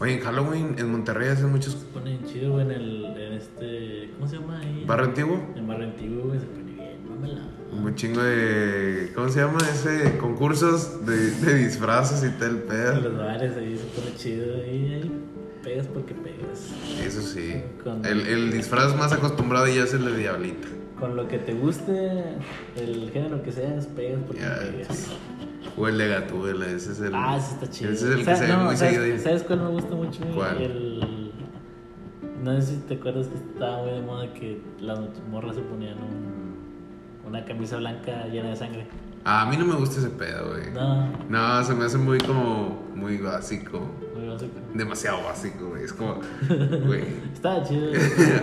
S1: oye, en Halloween, en Monterrey hacen muchos...
S2: Se pone bien chido, güey, en el. En este. ¿Cómo se llama ahí?
S1: ¿Barrio antiguo?
S2: En Barrio Antiguo, güey, se pone bien, mamela.
S1: Un chingo de... ¿Cómo se llama ese? Concursos de, de disfraces y tal
S2: En
S1: pedo.
S2: los bares ahí se pone chido y ahí pegas porque pegas.
S1: Eso sí.
S2: Con-
S1: El, el disfraz más acostumbrado ya es el de Diablita.
S2: Con lo que te guste, el género que seas, pegas porque
S1: Ya,
S2: pegas.
S1: sí. O el de Gatúbela, ese es el.
S2: Ah, ese está chido.
S1: Ese es el
S2: O sea,
S1: que se ve
S2: no,
S1: muy
S2: ¿sabes,
S1: seguido.
S2: ¿Sabes cuál me gusta mucho? güey?
S1: ¿Cuál?
S2: El... No sé si te acuerdas que estaba muy de moda que las morras se ponían un- una camisa blanca llena de sangre.
S1: Ah, a mí no me gusta ese pedo, güey. No.
S2: No,
S1: se me hace muy como. Muy básico.
S2: muy básico.
S1: Demasiado básico, güey. Es como. Güey.
S2: Estaba chido.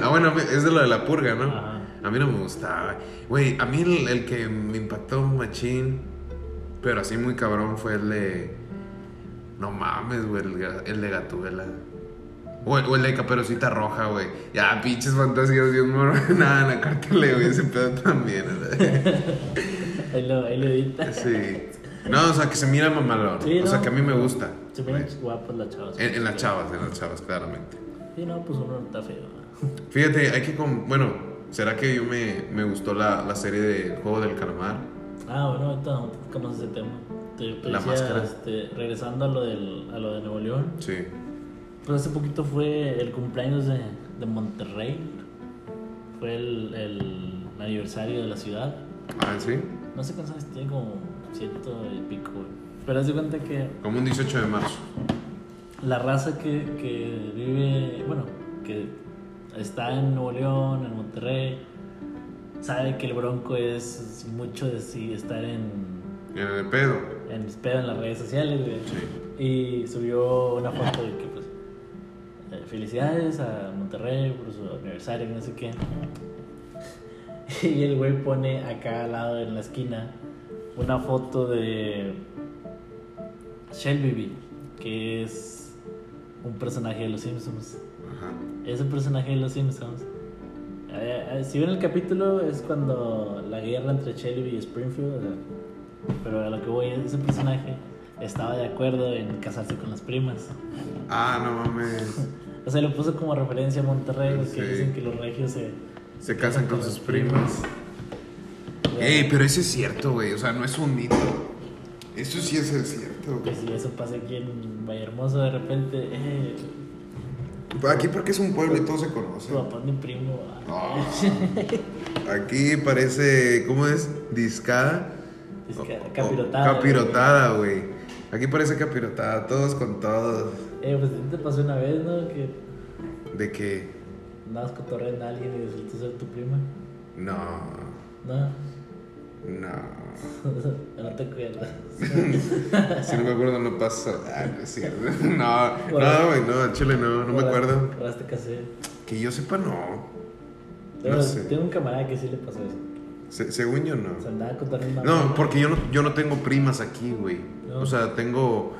S1: ah, bueno, a mí- es de lo de la purga, ¿no?
S2: Ajá.
S1: A mí no me gustaba. Güey, a mí el, el que me impactó machín, pero así muy cabrón, fue el de. No mames, güey, el, ga- el de Gatúbela. O el, o el de Caperucita Roja, güey. Ya, pinches fantasías, Dios mío. Nada, en la cartele, güey, ese pedo también. o sea.
S2: Ahí lo, ahí lo edita.
S1: Sí. No, o sea, que se mira mamalón.
S2: Sí,
S1: o sea,
S2: no.
S1: que a mí me gusta.
S2: Se ponen guapas las chavas.
S1: En, en las chavas, en las chavas, claramente.
S2: Sí, no, pues uno no está feo. ¿no?
S1: Fíjate, hay que. com- bueno, ¿será que yo me, me gustó la, la serie de Juego del Calamar?
S2: Ah, bueno, ahorita no tocamos ese tema. te, te
S1: La
S2: decía,
S1: máscara.
S2: este, regresando a lo, del, a lo de Nuevo León,
S1: Sí.
S2: pues hace poquito fue el cumpleaños de, de Monterrey, fue el, el aniversario de la ciudad.
S1: Ah, sí.
S2: No sé cuántos años tiene, como ciento y pico, güey. Pero haz de cuenta que
S1: Como un 18 de marzo.
S2: la raza que, que vive, bueno, que está en Nuevo León, en Monterrey, sabe que el bronco es, es mucho de sí estar en,
S1: En el pedo.
S2: en pedo en las redes sociales, güey.
S1: Sí.
S2: Y subió una foto de que, pues, eh, felicidades a Monterrey por su aniversario, no sé qué. Y el güey pone acá al lado en la esquina una foto de Shelbyville, que es un personaje de los Simpsons.
S1: Ajá.
S2: Ese personaje de los Simpsons. eh, eh, si ven el capítulo, es cuando la guerra entre Shelby y Springfield. o sea, pero a lo que voy, ese personaje estaba de acuerdo en casarse con las primas.
S1: Ah, no mames.
S2: O sea, lo puso como referencia a Monterrey, porque
S1: Sí.
S2: dicen que los regios se.
S1: Se casan con sus primas. Ey, pero eso es cierto, güey. O sea, no es un mito. Eso sí es el cierto,
S2: Que
S1: güey.
S2: si eso pasa aquí en Vallehermoso, de repente. Eh,
S1: Aquí porque es un pueblo y todo se conoce.
S2: tu papá es mi primo. ah.
S1: No. Aquí parece, ¿cómo es? Discada.
S2: Es
S1: O-
S2: que-
S1: o-
S2: capirotada.
S1: Capirotada, güey. Aquí parece capirotada, todos con todos.
S2: Eh, pues ¿sí te pasó una vez, ¿no? Que
S1: De que,
S2: andabas cotorreando a alguien y resultó ser tu prima.
S1: no,
S2: No.
S1: no.
S2: no te acuerdas.
S1: Si no me acuerdo, no pasa. Ah, no es cierto. No,
S2: Por
S1: no, güey, no, al chile, no, no me acuerdo.
S2: Ahora te casé.
S1: Que yo sepa, no.
S2: De
S1: No
S2: verdad,
S1: sé.
S2: Tengo un camarada que sí le pasó eso.
S1: Se- según yo, no.
S2: O sea, andaba contando
S1: No, porque yo no, yo no tengo primas aquí, güey.
S2: No.
S1: O sea, tengo.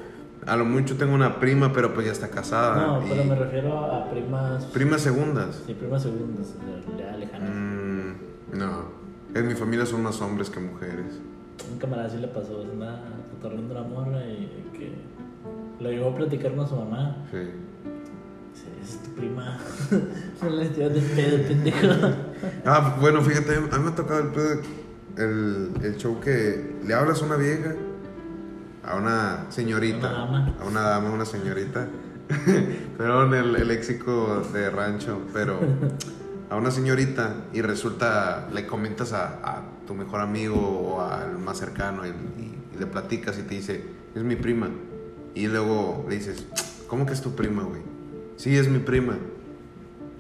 S1: A lo mucho tengo una prima, pero pues ya está casada.
S2: No,
S1: y-
S2: pero me refiero a primas.
S1: Primas segundas.
S2: Sí, primas segundas, o sea, ya lejanas.
S1: Mm, no. En mi familia son más hombres que mujeres.
S2: Un camarada sí le pasó, o sea, andaba cotorreando una morra y que lo llevó a platicar con su mamá.
S1: Sí.
S2: Dice, "Esa es tu prima. No le estoy dando el pedo, pendejo.
S1: Ah, bueno, fíjate, a mí me ha tocado el, pedo de- el, el show que le hablas a una vieja, a una señorita,
S2: Una dama.
S1: a una dama, a una señorita, perdón el, el léxico de rancho, pero a una señorita y resulta, le comentas a, a tu mejor amigo o al más cercano y, y- y le platicas y te dice, es mi prima. Y luego le dices, ¿cómo que es tu prima, güey? Sí, es mi prima.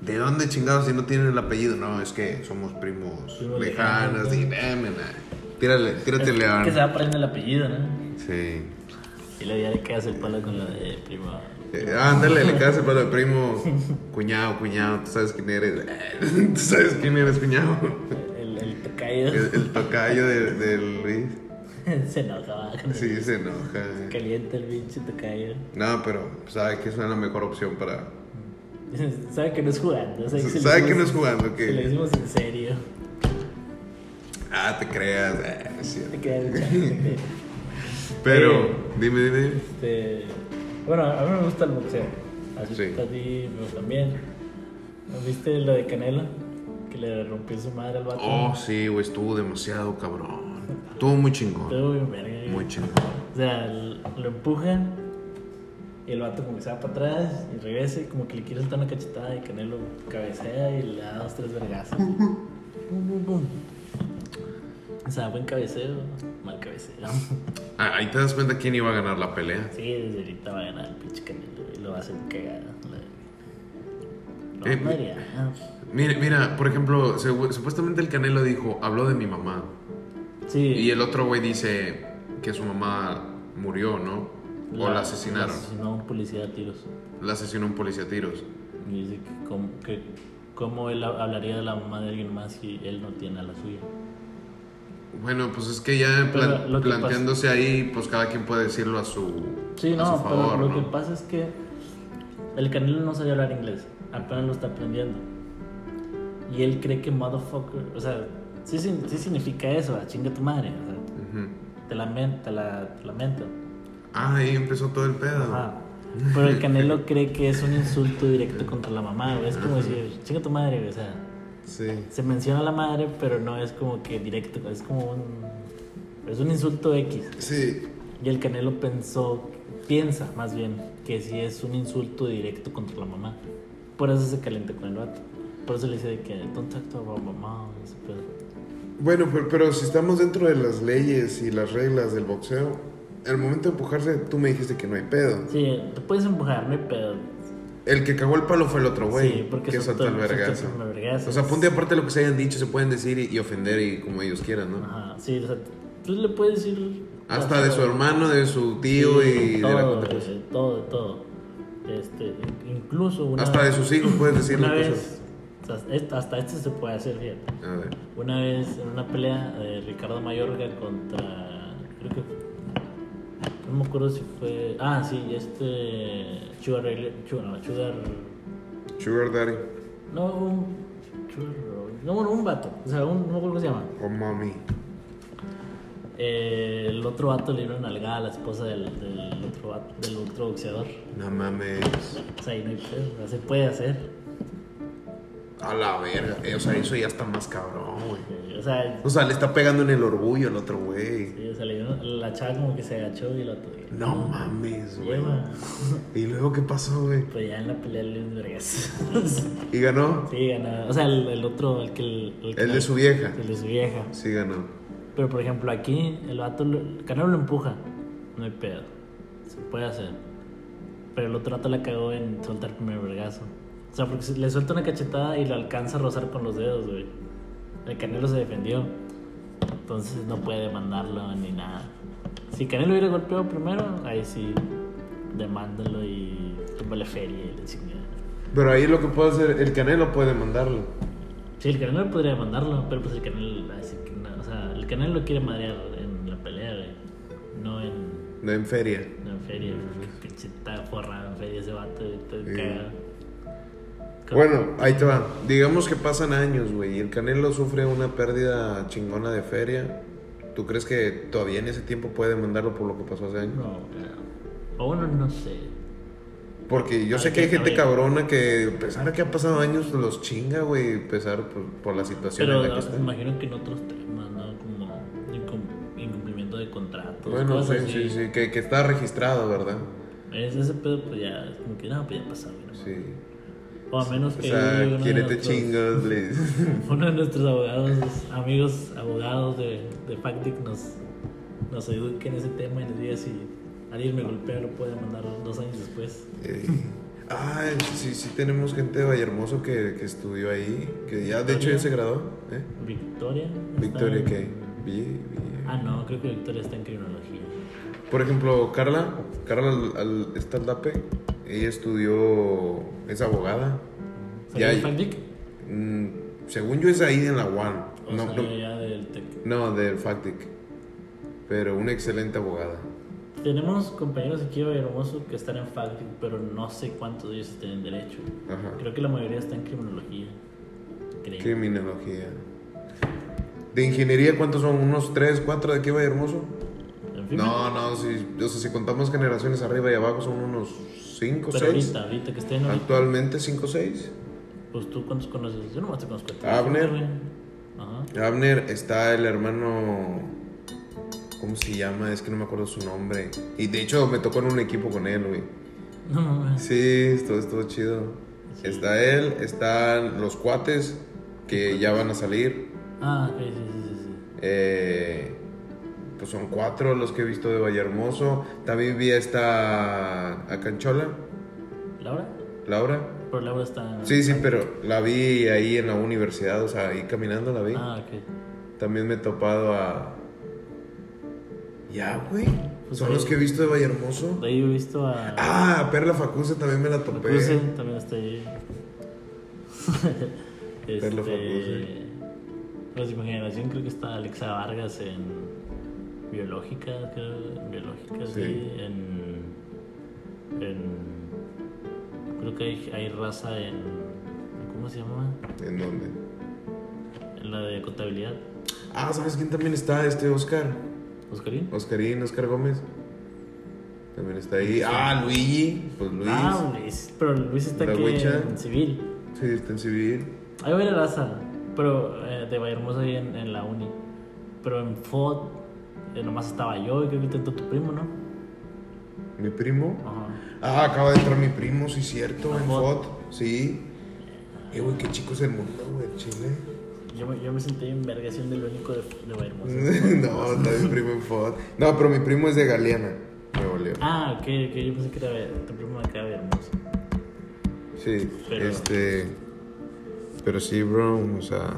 S1: ¿De dónde chingados si no tienen el apellido? No, es que somos primos
S2: Primo
S1: lejanos.
S2: lejano.
S1: Y, "Eh, mena, Tírale, tírate
S2: Es
S1: león.
S2: Que se va a aprender el apellido, ¿no?
S1: Sí.
S2: Y luego ya le quedas el palo con la de prima.
S1: Eh, ándale, le quedas para el primo. Cuñado, cuñado, tú sabes quién eres. Tú sabes quién eres, cuñado.
S2: El, el tocayo
S1: El, el tocayo de, de Luis.
S2: se enojaba. con el-
S1: Sí, se enoja.
S2: Caliente el pinche tocayo.
S1: No, pero sabe que es una mejor opción para.
S2: Sabe que no es jugando. Sabe que, se lo
S1: Sabe que no
S2: hicimos-
S1: es jugando,
S2: se lo
S1: que.
S2: hicimos en serio.
S1: Ah, te creas. eh, no es cierto.
S2: Te queda el chance.
S1: Pero,
S2: Eh.
S1: dime, dime.
S2: Este, bueno, a mí me gusta el boxeo. Así
S1: Sí.
S2: que a ti me gusta también. ¿No ¿Viste lo de Canelo? Que le rompió su madre al vato.
S1: Oh, sí, güey, estuvo demasiado cabrón. Estuvo muy chingón.
S2: Estuvo bien verga.
S1: Muy chingón.
S2: O sea, l- lo empujan y el vato como que se va para atrás y regresa y como que le quiere soltar una cachetada y Canelo cabecea y le da dos, tres vergazos. Bum, bum, bum. O sea, buen cabeceo, mal cabeceo.
S1: Ah, ahí te das cuenta quién iba a ganar la pelea.
S2: Sí, desde ahorita va a ganar el pinche Canelo y lo va a hacer cagada. la- Lo va
S1: Eh,
S2: a madrear.
S1: Mira, mira, por ejemplo, se- supuestamente el Canelo dijo, habló de mi mamá. Y
S2: Sí.
S1: el otro güey dice que su mamá murió, ¿no? O la asesinaron.
S2: la asesinó un policía a tiros.
S1: La asesinó un policía a tiros.
S2: Y dice que cómo, que cómo él ha- hablaría de la mamá de alguien más si él no tiene a la suya.
S1: Bueno, pues es que ya
S2: Pero
S1: plan-
S2: lo que
S1: planteándose ahí, pues cada quien puede decirlo a su,
S2: Sí,
S1: a
S2: no,
S1: su
S2: pero
S1: favor,
S2: lo
S1: ¿no?
S2: que pasa es que el Canelo no sabe hablar inglés, apenas lo está aprendiendo. Y él cree que motherfucker, o sea, sí, sí, sí significa eso, ah, chinga tu madre, o sea,
S1: Ujú.
S2: te lamento, te la, te lamento.
S1: Ah, ahí empezó todo el pedo.
S2: Ajá. Pero el Canelo cree que es un insulto directo contra la mamá, güey, es como decir, chinga tu madre, güey, o sea,
S1: Sí.
S2: se menciona a la madre, pero no es como que directo, es como un, es un insulto X.
S1: Sí.
S2: Y el Canelo pensó, piensa más bien, que si es un insulto directo contra la mamá. Por eso se calienta con el vato. Por eso le dice de que don't talk to our mamá. y ese pedo.
S1: Bueno, pero, pero si estamos dentro de las leyes y las reglas del boxeo, al momento de empujarse, tú me dijiste que no hay pedo.
S2: Sí, te puedes empujarme, pero.
S1: El que cagó el palo fue el otro güey.
S2: sí, porque
S1: que
S2: son
S1: saltó el
S2: todos- son
S1: vergazo.
S2: todos vergazos.
S1: O sea, ponte aparte lo que se hayan dicho, se pueden decir y, y ofender y como ellos quieran, ¿no?
S2: Ajá, sí, o sea, tú le puedes decir.
S1: Hasta de su hermano, de su tío y de la
S2: todo, pues,
S1: contra-
S2: de todo, de todo. Este, incluso una
S1: Hasta de sus hijos puedes decirle
S2: una
S1: cosas.
S2: vez, o sea, esto- hasta esto se puede hacer, fíjate.
S1: A ver.
S2: Una vez en una pelea de Ricardo Mayorga contra. Creo que. No me acuerdo si fue. Ah, sí, este. Sugar. Ray- Sugar- No, Sugar.
S1: Sugar Daddy
S2: No, un. Sugar Ray- No, bueno, un vato. O sea, un, no me acuerdo cómo se llama.
S1: o Mommy.
S2: Eh, el otro vato le dio una nalgada a la esposa del, del otro vato, del otro boxeador.
S1: No mames.
S2: O sea, y no hay pedo, o sea, se puede hacer.
S1: A la verga. eh, o sea, eso ya está más cabrón, güey.
S2: Eh, O sea,
S1: O sea, le está pegando en el orgullo al otro güey.
S2: sí, o sea, le dio una- la chava como que se agachó y el otro.
S1: No mames, güey.
S2: Lleva.
S1: ¿Y luego qué pasó, güey?
S2: Pues ya en la pelea le dio un vergas.
S1: ¿Y ganó?
S2: Sí, ganaba. O sea, el, el otro, el que. El, que-
S1: El de su vieja.
S2: El de su vieja.
S1: Sí, ganó.
S2: Pero por ejemplo, aquí el vato, lo- el Canelo lo empuja. No hay pedo. Se puede hacer. Pero el otro vato la cagó en soltar el primer vergazo. O sea, porque si le suelta una cachetada y lo alcanza a rozar con los dedos, güey. El Canelo se defendió. Entonces no puede demandarlo ni nada. Si Canelo hubiera golpeado primero, ahí sí. Demándalo y túmbale feria y la chingada.
S1: Pero ahí lo que puede hacer, el Canelo puede mandarlo.
S2: Sí, el Canelo podría demandarlo, pero pues el Canelo, va a decir que no, o sea, el Canelo lo quiere madrear en la pelea, güey. No en,
S1: No en feria.
S2: no en feria, güey. Que pinche está forrado en feria ese vato, güey, todo
S1: Sí.
S2: cagado. Con-
S1: Bueno, ahí te va. Digamos que pasan años, güey, y el Canelo sufre una pérdida chingona de feria. ¿Tú crees que todavía en ese tiempo puede mandarlo por lo que pasó hace años?
S2: No, güey. o bueno, no sé.
S1: Porque yo sé que hay gente
S2: Ahorita,
S1: cabrona que, a pesar de que han pasado años, los chinga, güey, a pesar por, por la situación en
S2: Pero
S1: la que
S2: ah,
S1: están.
S2: imagino que en otros temas, ¿no? Como incum- incumplimiento de contratos,
S1: Bueno, sí,
S2: cosas
S1: sí,
S2: así.
S1: sí, que, que está registrado, ¿verdad?
S2: Es- ese pedo, pues ya, es como que no, pues ya pasó, güey. ¿no?
S1: Sí.
S2: O a menos
S1: O
S2: que. llegue uno
S1: sea,
S2: de
S1: quiérete
S2: nosotros-
S1: chingos, le dices.
S2: Uno de nuestros abogados, amigos abogados de, de Factic nos, nos eduque en ese tema y nos diga si alguien me golpea lo puede mandar dos años después.
S1: Eh, ah, sí, sí tenemos gente de Vallehermoso que, que estudió ahí, que ya, de hecho ya se graduó, ¿eh?
S2: Victoria. está
S1: Victoria
S2: en-
S1: que vi- vi-
S2: Ah, no, creo que Victoria está en criminología.
S1: Por ejemplo, Carla, Carla al, al- está al DAPE, ella estudió, es abogada.
S2: ¿Salió
S1: Ya,
S2: de Factic?
S1: Mm, según yo es ahí en la UAN.
S2: ¿O
S1: No,
S2: salió
S1: no,
S2: ya del TEC?
S1: no, del FACTIC. Pero una excelente abogada.
S2: Tenemos compañeros aquí de Hermoso que están en Factic, pero no sé cuántos de ellos estén en Derecho.
S1: Ajá.
S2: Creo que la mayoría está en criminología. Creo.
S1: Criminología. De ingeniería, ¿cuántos son? ¿Unos 3, 4 de aquí Vallehermoso?
S2: En fin,
S1: No, no, si, o sea, si contamos generaciones arriba y abajo son unos 5,
S2: pero
S1: 6.
S2: ahorita, ahorita que estén ahorita.
S1: Actualmente 5, 6.
S2: Pues tú cuántos conoces? Yo nomás te conozco a ti.
S1: Ah, Abner.
S2: güey. Ajá.
S1: Abner está el hermano. ¿Cómo se llama? Es que no me acuerdo su nombre. Y de hecho me tocó en un equipo con él, güey.
S2: No mames.
S1: Sí, estuvo, estuvo chido.
S2: Sí.
S1: Está él, están los cuates que ya van a salir.
S2: Ah, ok, sí, sí, sí, sí.
S1: Eh, pues son cuatro los que he visto de Vallehermoso. También vi a esta. a Canchola,
S2: ¿Laura?
S1: Laura.
S2: Pero Laura está.
S1: Sí, sí, pero la vi ahí en la universidad, o sea, ahí caminando la vi.
S2: Ah, ok.
S1: También me he topado a. Ya, güey.
S2: Pues
S1: Son
S2: ahí-
S1: los que he visto de Vallehermoso.
S2: De ahí he visto a.
S1: Ah, a Perla Facuse también me la topé.
S2: Facuse, también está ahí. este,
S1: Perlo Facuse.
S2: Pues de mi generación creo que está Alexa Vargas en. Biológica, creo. en Biológica, sí.
S1: Sí.
S2: En. En. Creo que hay, hay raza en. ¿Cómo se llama?
S1: ¿En dónde?
S2: En la de contabilidad.
S1: Ah, ¿sabes quién también está? Este Oscar.
S2: ¿Oscarín?
S1: Oscarín, Oscar Gómez. También está ahí. Ah, Luigi. Pues Luis.
S2: Ah, Luis. Pero Luis está
S1: La
S2: aquí
S1: Huicha.
S2: en civil.
S1: Sí, está en civil.
S2: Hay varias raza, pero eh, de Vallehermosa ahí en, en la uni. Pero en FOD, eh, nomás estaba yo y creo que intentó tu primo, ¿no?
S1: ¿Mi primo?
S2: Ajá.
S1: Ah, acaba de entrar mi primo, sí, cierto,
S2: Ah,
S1: en
S2: Fot.
S1: FOT. Sí. Eh, güey, qué chico es el mundo, güey, Chile.
S2: Yo me, yo me senté en verga siendo el único de, de Villahermosa.
S1: no, está mi primo en FOT. No, pero mi primo es de Galeana. Me volvió.
S2: Ah, ok, ok, yo pensé que era Ver- tu primo de acá de Villahermosa.
S1: Sí,
S2: Pero-
S1: este. Pero sí, bro, o sea.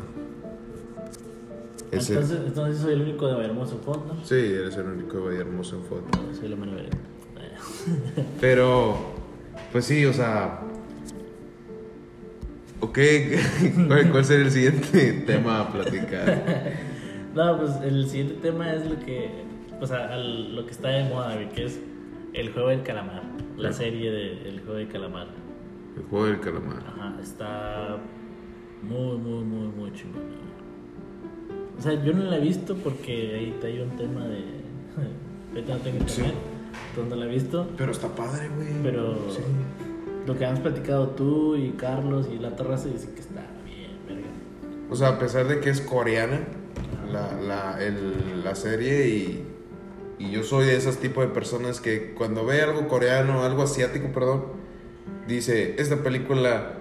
S1: Ese.
S2: Entonces, entonces soy el único de Villahermosa en fondo.
S1: Sí, eres el único de Hermoso en FOT.
S2: Soy la mano verga. Eh.
S1: Pero, pues sí, o sea. Ok, ¿cuál, cuál sería el siguiente tema a platicar?
S2: No, pues el siguiente tema es lo que, o sea, al- lo que está de moda, güey, que es el juego del calamar, la serie de El juego del calamar.
S3: El juego del calamar.
S2: Ajá, está muy, muy, muy, muy chingón. O sea, yo no la he visto porque ahí hay un tema de. Ahorita no tengo internet,
S1: Sí.
S2: entonces no la he visto.
S1: Pero está padre, güey.
S2: Pero-
S1: Sí.
S2: Lo que habíamos platicado tú y Carlos y la terraza dice que está bien, verga.
S1: O sea, a pesar de que es coreana, la, la, el- la serie y. Y yo soy de esos tipos de personas que cuando ve algo coreano, algo asiático, perdón, dice, esta película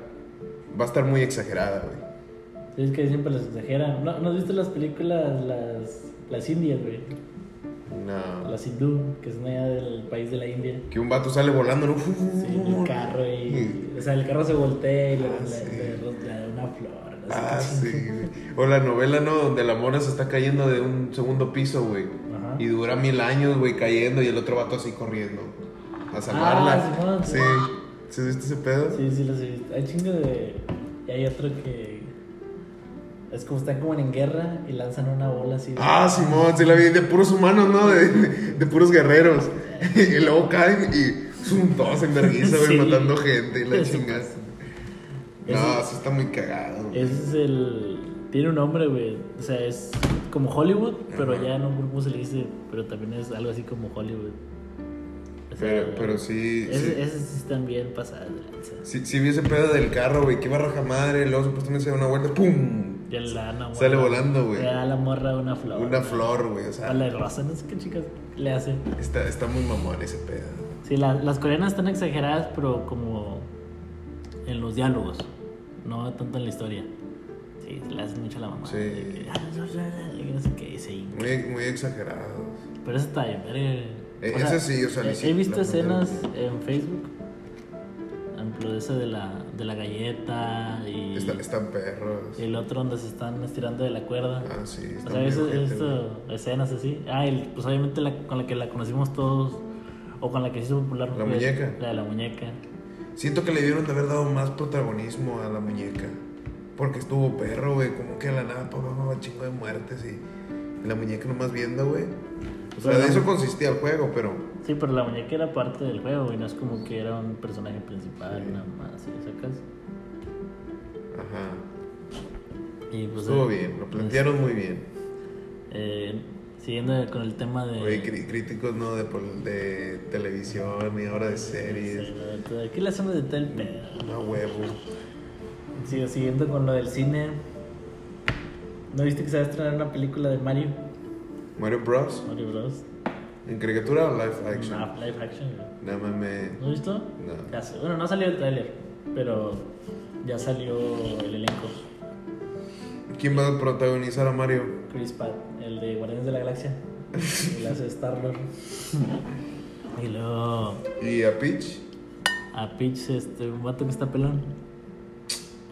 S1: va a estar muy exagerada, güey.
S2: Sí, es que siempre las exageran. ¿No, ¿no has visto las películas, las, las indias, güey?
S1: No.
S2: Las hindú, que son allá del país de la India.
S1: Que un vato sale volando, ¿no?
S2: Sí, el carro y. O sea, el carro se voltea y le le- le- le da una flor. no sé
S1: Ah,
S2: qué
S1: sí. güey. O la novela, ¿no? Donde la mora se está cayendo de un segundo piso, güey.
S2: Ajá.
S1: Y dura mil años, güey, cayendo y el otro vato así corriendo. A salvarla.
S2: Ah, Simón,
S1: sí.
S2: Simón.
S1: ¿Sí viste ese pedo?
S2: Sí, sí, los he visto. Hay chingo de. Y hay otro que. Es como están como en guerra y lanzan una bola así. de-
S1: Ah, Simón, sí la vi. De puros humanos, ¿no? De, de puros guerreros. y luego caen y son todos en vergüenza, güey,
S2: Sí.
S1: matando gente y la
S2: Eso
S1: chingada.
S2: pasa.
S1: No,
S2: Eso-
S1: eso está muy cagado. güey.
S2: Ese es el. Tiene un nombre, güey. O sea, es como Hollywood, pero
S1: Ajá.
S2: ya en un grupo se le dice. Pero también es algo así como Hollywood. O sea,
S1: Pero, pero sí.
S2: Ese-
S1: sí.
S2: Esas sí están bien pasadas de lanza.
S1: Sí, sí vi ese pedo del carro, güey, que iba a raja madre, luego supuestamente se da una vuelta, ¡pum!
S2: Ya le da una morra.
S1: Sale volando, güey.
S2: Le da a la morra una flor.
S1: Una flor, güey, o sea,
S2: A la rosa, no sé qué chicas le hacen.
S1: está, está muy mamón ese pedo.
S2: Sí, la- las coreanas están exageradas, pero como en los diálogos, no tanto en la historia. Sí, le hacen mucho a la mamá.
S1: Sí.
S2: de que, "Ah, no, no, no", y no sé qué, sí.
S1: Muy, muy exagerado.
S2: Pero eso está bien. verga.
S1: Eh,
S2: O sea,
S1: ese sí, o sea,
S2: he,
S1: sí,
S2: he visto
S1: la mandaron
S2: escenas en Facebook. Por ejemplo, esa de la, de la galleta y
S1: Está- están perros.
S2: el otro donde se están estirando de la cuerda.
S1: Ah, sí, está
S2: O sea,
S1: muy
S2: eso-
S1: ojete, güey.
S2: esto- escenas así. Ah, el- pues obviamente la- con la que la conocimos todos, o con la que se hizo popular.
S1: La
S2: fue
S1: muñeca.
S2: La de la muñeca.
S1: Siento que le dieron de haber dado más protagonismo a la muñeca. Porque estuvo perro, güey, como que a la nada, papá, mamá, chingo de muertes y la muñeca nomás viendo, güey. O sea,
S2: Pero
S1: de
S2: la-
S1: eso consistía el juego, pero
S2: Sí, pero la muñeca era parte del juego y no es como que era un personaje principal, nada más, ¿sí? ¿sacas?
S1: ajá.
S2: Y pues.
S1: Estuvo
S2: eh,
S1: bien, lo plantearon muy bien.
S2: eh, siguiendo con el tema de.
S1: Oye, cri- críticos, ¿no? De, pol- de televisión y ahora de series.
S2: de- ¿Qué le hacemos de tal pedo?
S1: Una huevo.
S2: Sigo siguiendo con lo del cine. ¿No viste que se va a estrenar una película de Mario?
S1: Mario Bros.
S2: Mario Bros.
S1: ¿En caricatura o live action?
S2: Una live action, güey.
S1: No mames.
S2: ¿No has visto?
S1: No.
S2: Ya sé. Bueno, no salió el tráiler, pero ya salió el elenco.
S1: ¿Quién va a protagonizar a Mario?
S2: Chris Pratt, el de Guardianes de la Galaxia. Y la hace Star-Lord. y luego
S1: ¿Y a Peach?
S2: a Peach, este, un vato que está pelón.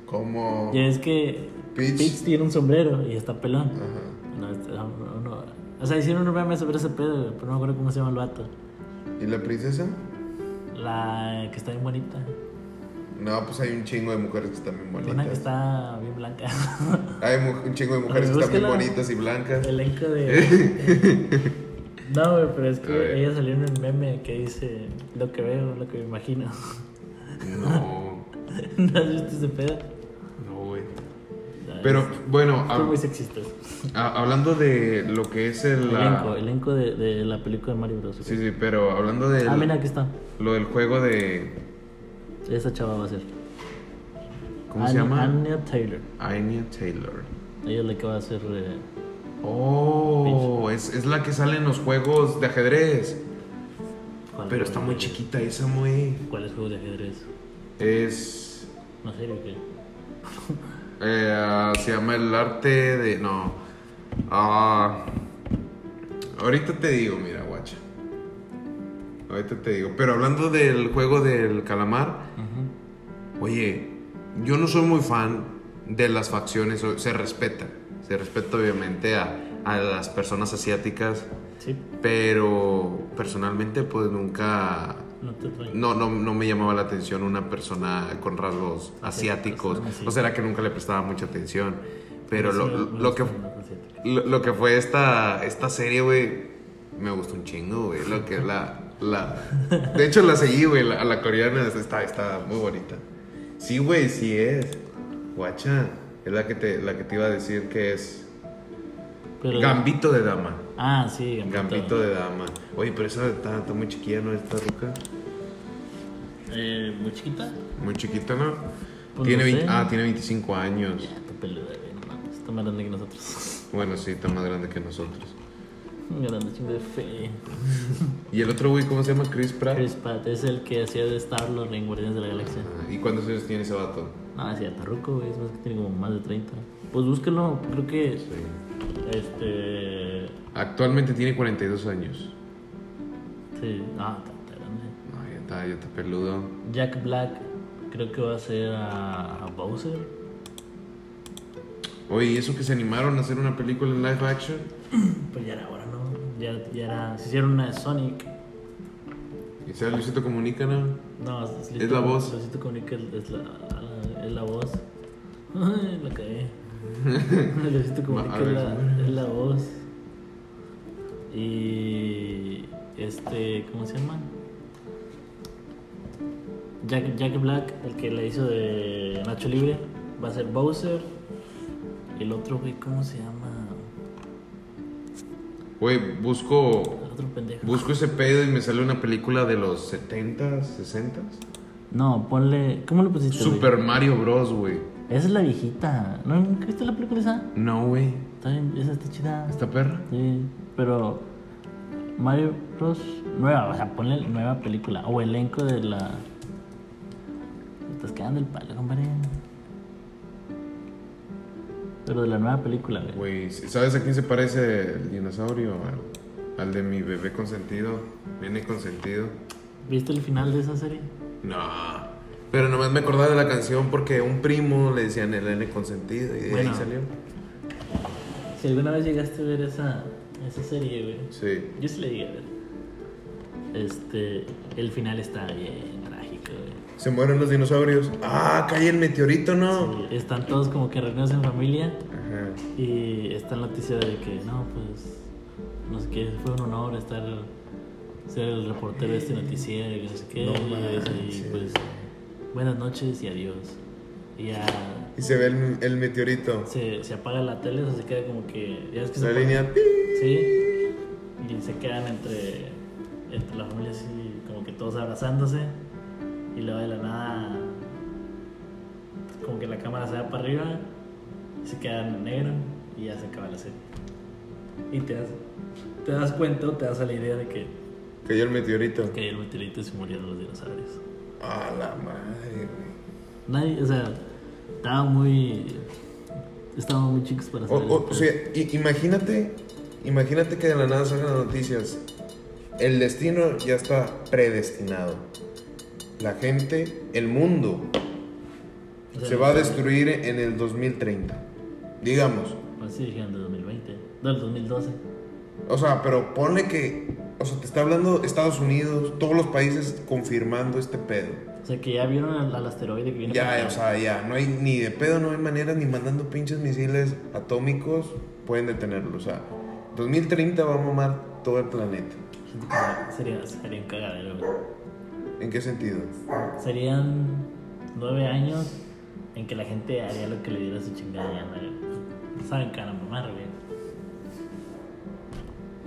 S1: Como.
S2: Y es que
S1: Oh. Peach.
S2: Peach tiene un sombrero y está pelón.
S1: Ajá.
S2: No, este, no, no, no. O sea, hicieron un meme sobre ese pedo, güey, pero no me acuerdo cómo se llama el vato.
S1: ¿Y la princesa?
S2: La que está bien bonita.
S1: No, pues hay un chingo de mujeres que están bien
S2: Una que
S1: bonitas.
S2: está Ah, bien blanca.
S1: Hay mu- un chingo de mujeres que están bien
S2: Búscala.
S1: bonitas y blancas.
S2: Elenco de. No, güey, pero es
S1: A ver.
S2: que ella salió en un meme que dice lo que veo, lo que me imagino.
S3: No,
S2: ¿No has visto ese pedo?
S3: no, güey.
S2: No,
S3: Pero
S2: es-
S3: bueno,
S1: ah,
S2: Son muy
S3: hab-
S2: sexistas.
S3: a- hablando de lo que es el. la-
S2: Elenco, elenco de, de la película de Mario Bros.
S3: Sí, sí, pero hablando de
S2: Ah, mira, aquí está.
S3: lo del juego de.
S2: Esa chava va a ser.
S3: ¿Cómo
S2: Anya-
S3: se llama?
S2: Anya Taylor.
S3: Anya Taylor.
S2: Ella es la que va a ser eh,
S1: Oh, es, es la que sale en los juegos de ajedrez.
S2: ¿Cuál
S1: Pero
S2: juego
S1: está
S2: de
S1: muy
S2: ajedrez?
S1: chiquita esa, muy.
S2: ¿Cuál es juego de ajedrez?
S1: Es.
S2: No sé, ¿o qué?
S1: eh, ah, se llama el arte de. No. Ah. ahorita te digo, mira, guacha. Ahorita te digo. Pero hablando del juego del calamar, oye, yo no soy muy fan de las facciones. o- Se respeta. Se respeta, obviamente, a, a las personas asiáticas.
S2: Sí,
S1: Pero personalmente, pues nunca.
S2: no te traen.
S1: No, no, no me llamaba la atención una persona con rasgos asiáticos.
S2: persona, sí.
S1: O sea, era que nunca le prestaba mucha atención. Pero
S2: Sí,
S1: lo,
S2: me- me
S1: lo que,
S2: gustan las asiáticas.
S1: lo, lo que fue esta, esta serie, güey, me gustó un chingo, güey. Lo que es la, la. De hecho, la seguí, güey, la- a la, coreana. Está, está muy bonita. Sí, güey, sí es. Guacha, es la que, te, la que te iba a decir que es
S2: Pero-
S1: Gambito de Dama.
S2: Ah, sí, Gambito.
S1: Gambito de dama. Oye, pero esa está, está muy chiquilla, ¿no? Esta ruca.
S2: Eh, muy chiquita.
S1: Muy chiquita, ¿no?
S2: Pues
S1: tiene
S2: no sé.
S1: 20 ah, tiene 25 años.
S2: Ya, tu peluda, güey, no mames, Está más grande que nosotros.
S1: Bueno, sí, está más grande que nosotros.
S2: Muy grande, chingo de fe.
S1: ¿Y el otro güey, cómo se llama? Chris Pratt.
S2: Chris Pratt es el que hacía de Star-Lord en Guardianes de la Galaxia.
S1: Ah, ¿Y cuántos años tiene ese vato?
S2: No, es cierto, Ruco, güey, es más que tiene como más de 30. Pues búsquenlo, creo que este
S1: Actualmente tiene 42 años.
S2: sí, ah, está- está grande.
S1: No, ya está, ya está peludo.
S2: Jack Black creo que va a ser a, a Bowser.
S1: Oye, ¿y eso que se animaron a hacer una película en live action?
S2: Pues ya era ahora, ¿no? Ya, ya era. Se hicieron una de Sonic.
S1: ¿Y sea Luisito Comunica, no?
S2: No, es,
S1: Es la voz.
S2: Luisito Comunica es- es la, la- es la voz. Ay, la cagué. Luisito Comunica
S1: A
S2: es
S1: ver,
S2: la, es la voz. Y. Este. ¿Cómo se llama? Jack, Jack Black, el que le hizo de Nacho Libre, va a ser Bowser. El otro, güey, ¿cómo se llama?
S1: Güey, busco,
S2: El otro pendejo.
S1: busco ese pedo y me sale una película de los 70s, 60s.
S2: No, ponle. ¿Cómo le pusiste? güey?
S1: Super Mario Bros, güey.
S2: Esa es la viejita. ¿No nunca viste la película esa?
S1: No, güey.
S2: Está bien, esa está chida.
S1: ¿Esta perra?
S2: Sí, pero Mario Bros. Nueva, o sea, ponle nueva película o elenco de la. Me Estás quedando el palo, compadre. Pero de la nueva película, güey.
S1: Güey, Pues, ¿sabes a quién se parece el dinosaurio? Al, al de mi bebé consentido, nene consentido.
S2: ¿Viste el final de esa serie?
S1: No. Pero nomás me acordaba de la canción porque un primo le decían el nene consentido y de
S2: Bueno.
S1: ahí salió.
S2: Si alguna vez llegaste a ver esa, esa serie, güey.
S1: Sí.
S2: Yo sí le llegué a ver. Este. El final está bien trágico, güey.
S1: Se mueren los dinosaurios. Ah, cae el meteorito, ¿no?
S2: Sí, Están todos como que reunidos en familia.
S1: Ajá.
S2: Y esta noticia de que no, pues no sé qué, fue un honor estar ser el reportero de este noticiero y no sé qué.
S1: No
S2: y, y,
S1: manches.
S2: pues buenas noches y adiós. Y ya
S4: Y se ve el, el meteorito.
S2: se, se apaga la tele, o sea, se queda como que ya es que se
S4: La
S2: pone-
S4: línea. pi.
S2: Sí. Y se quedan entre entre la familia así como que todos abrazándose y luego de la nada como que la cámara se va para arriba, se quedan en negro y ya se acaba la serie. Y te das, te das cuenta o te das a la idea de que
S4: Cayó el meteorito.
S2: cayó el meteorito y se murieron los dinosaurios.
S4: A la madre, güey.
S2: Nadie, o sea, estaba muy. Estábamos muy chicos para
S4: O,
S2: saber.
S4: o-
S2: eso,
S4: o sea, i- imagínate, imagínate que de la nada salgan las noticias. El destino ya está predestinado. La gente, el mundo,
S2: pero- o sea,
S4: se va a destruir en el 2030. Digamos.
S2: Así dijeron de 2020, del 2012.
S4: O sea, pero ponle que. O sea, te está hablando Estados Unidos, todos los países confirmando este pedo.
S2: O sea, que ya vieron al, al asteroide que viene. para
S4: Ya,
S2: acá.
S4: o sea, ya, no hay ni de pedo, no hay manera, ni mandando pinches misiles atómicos pueden detenerlo. O sea, 2030 va a mamar todo el planeta.
S2: Siento que sería- Sería, sería un cagadero, güey.
S4: ¿En qué sentido?
S2: Serían nueve años en que la gente haría lo que le diera su chingada gana, güey. No saben qué van a mamar, güey.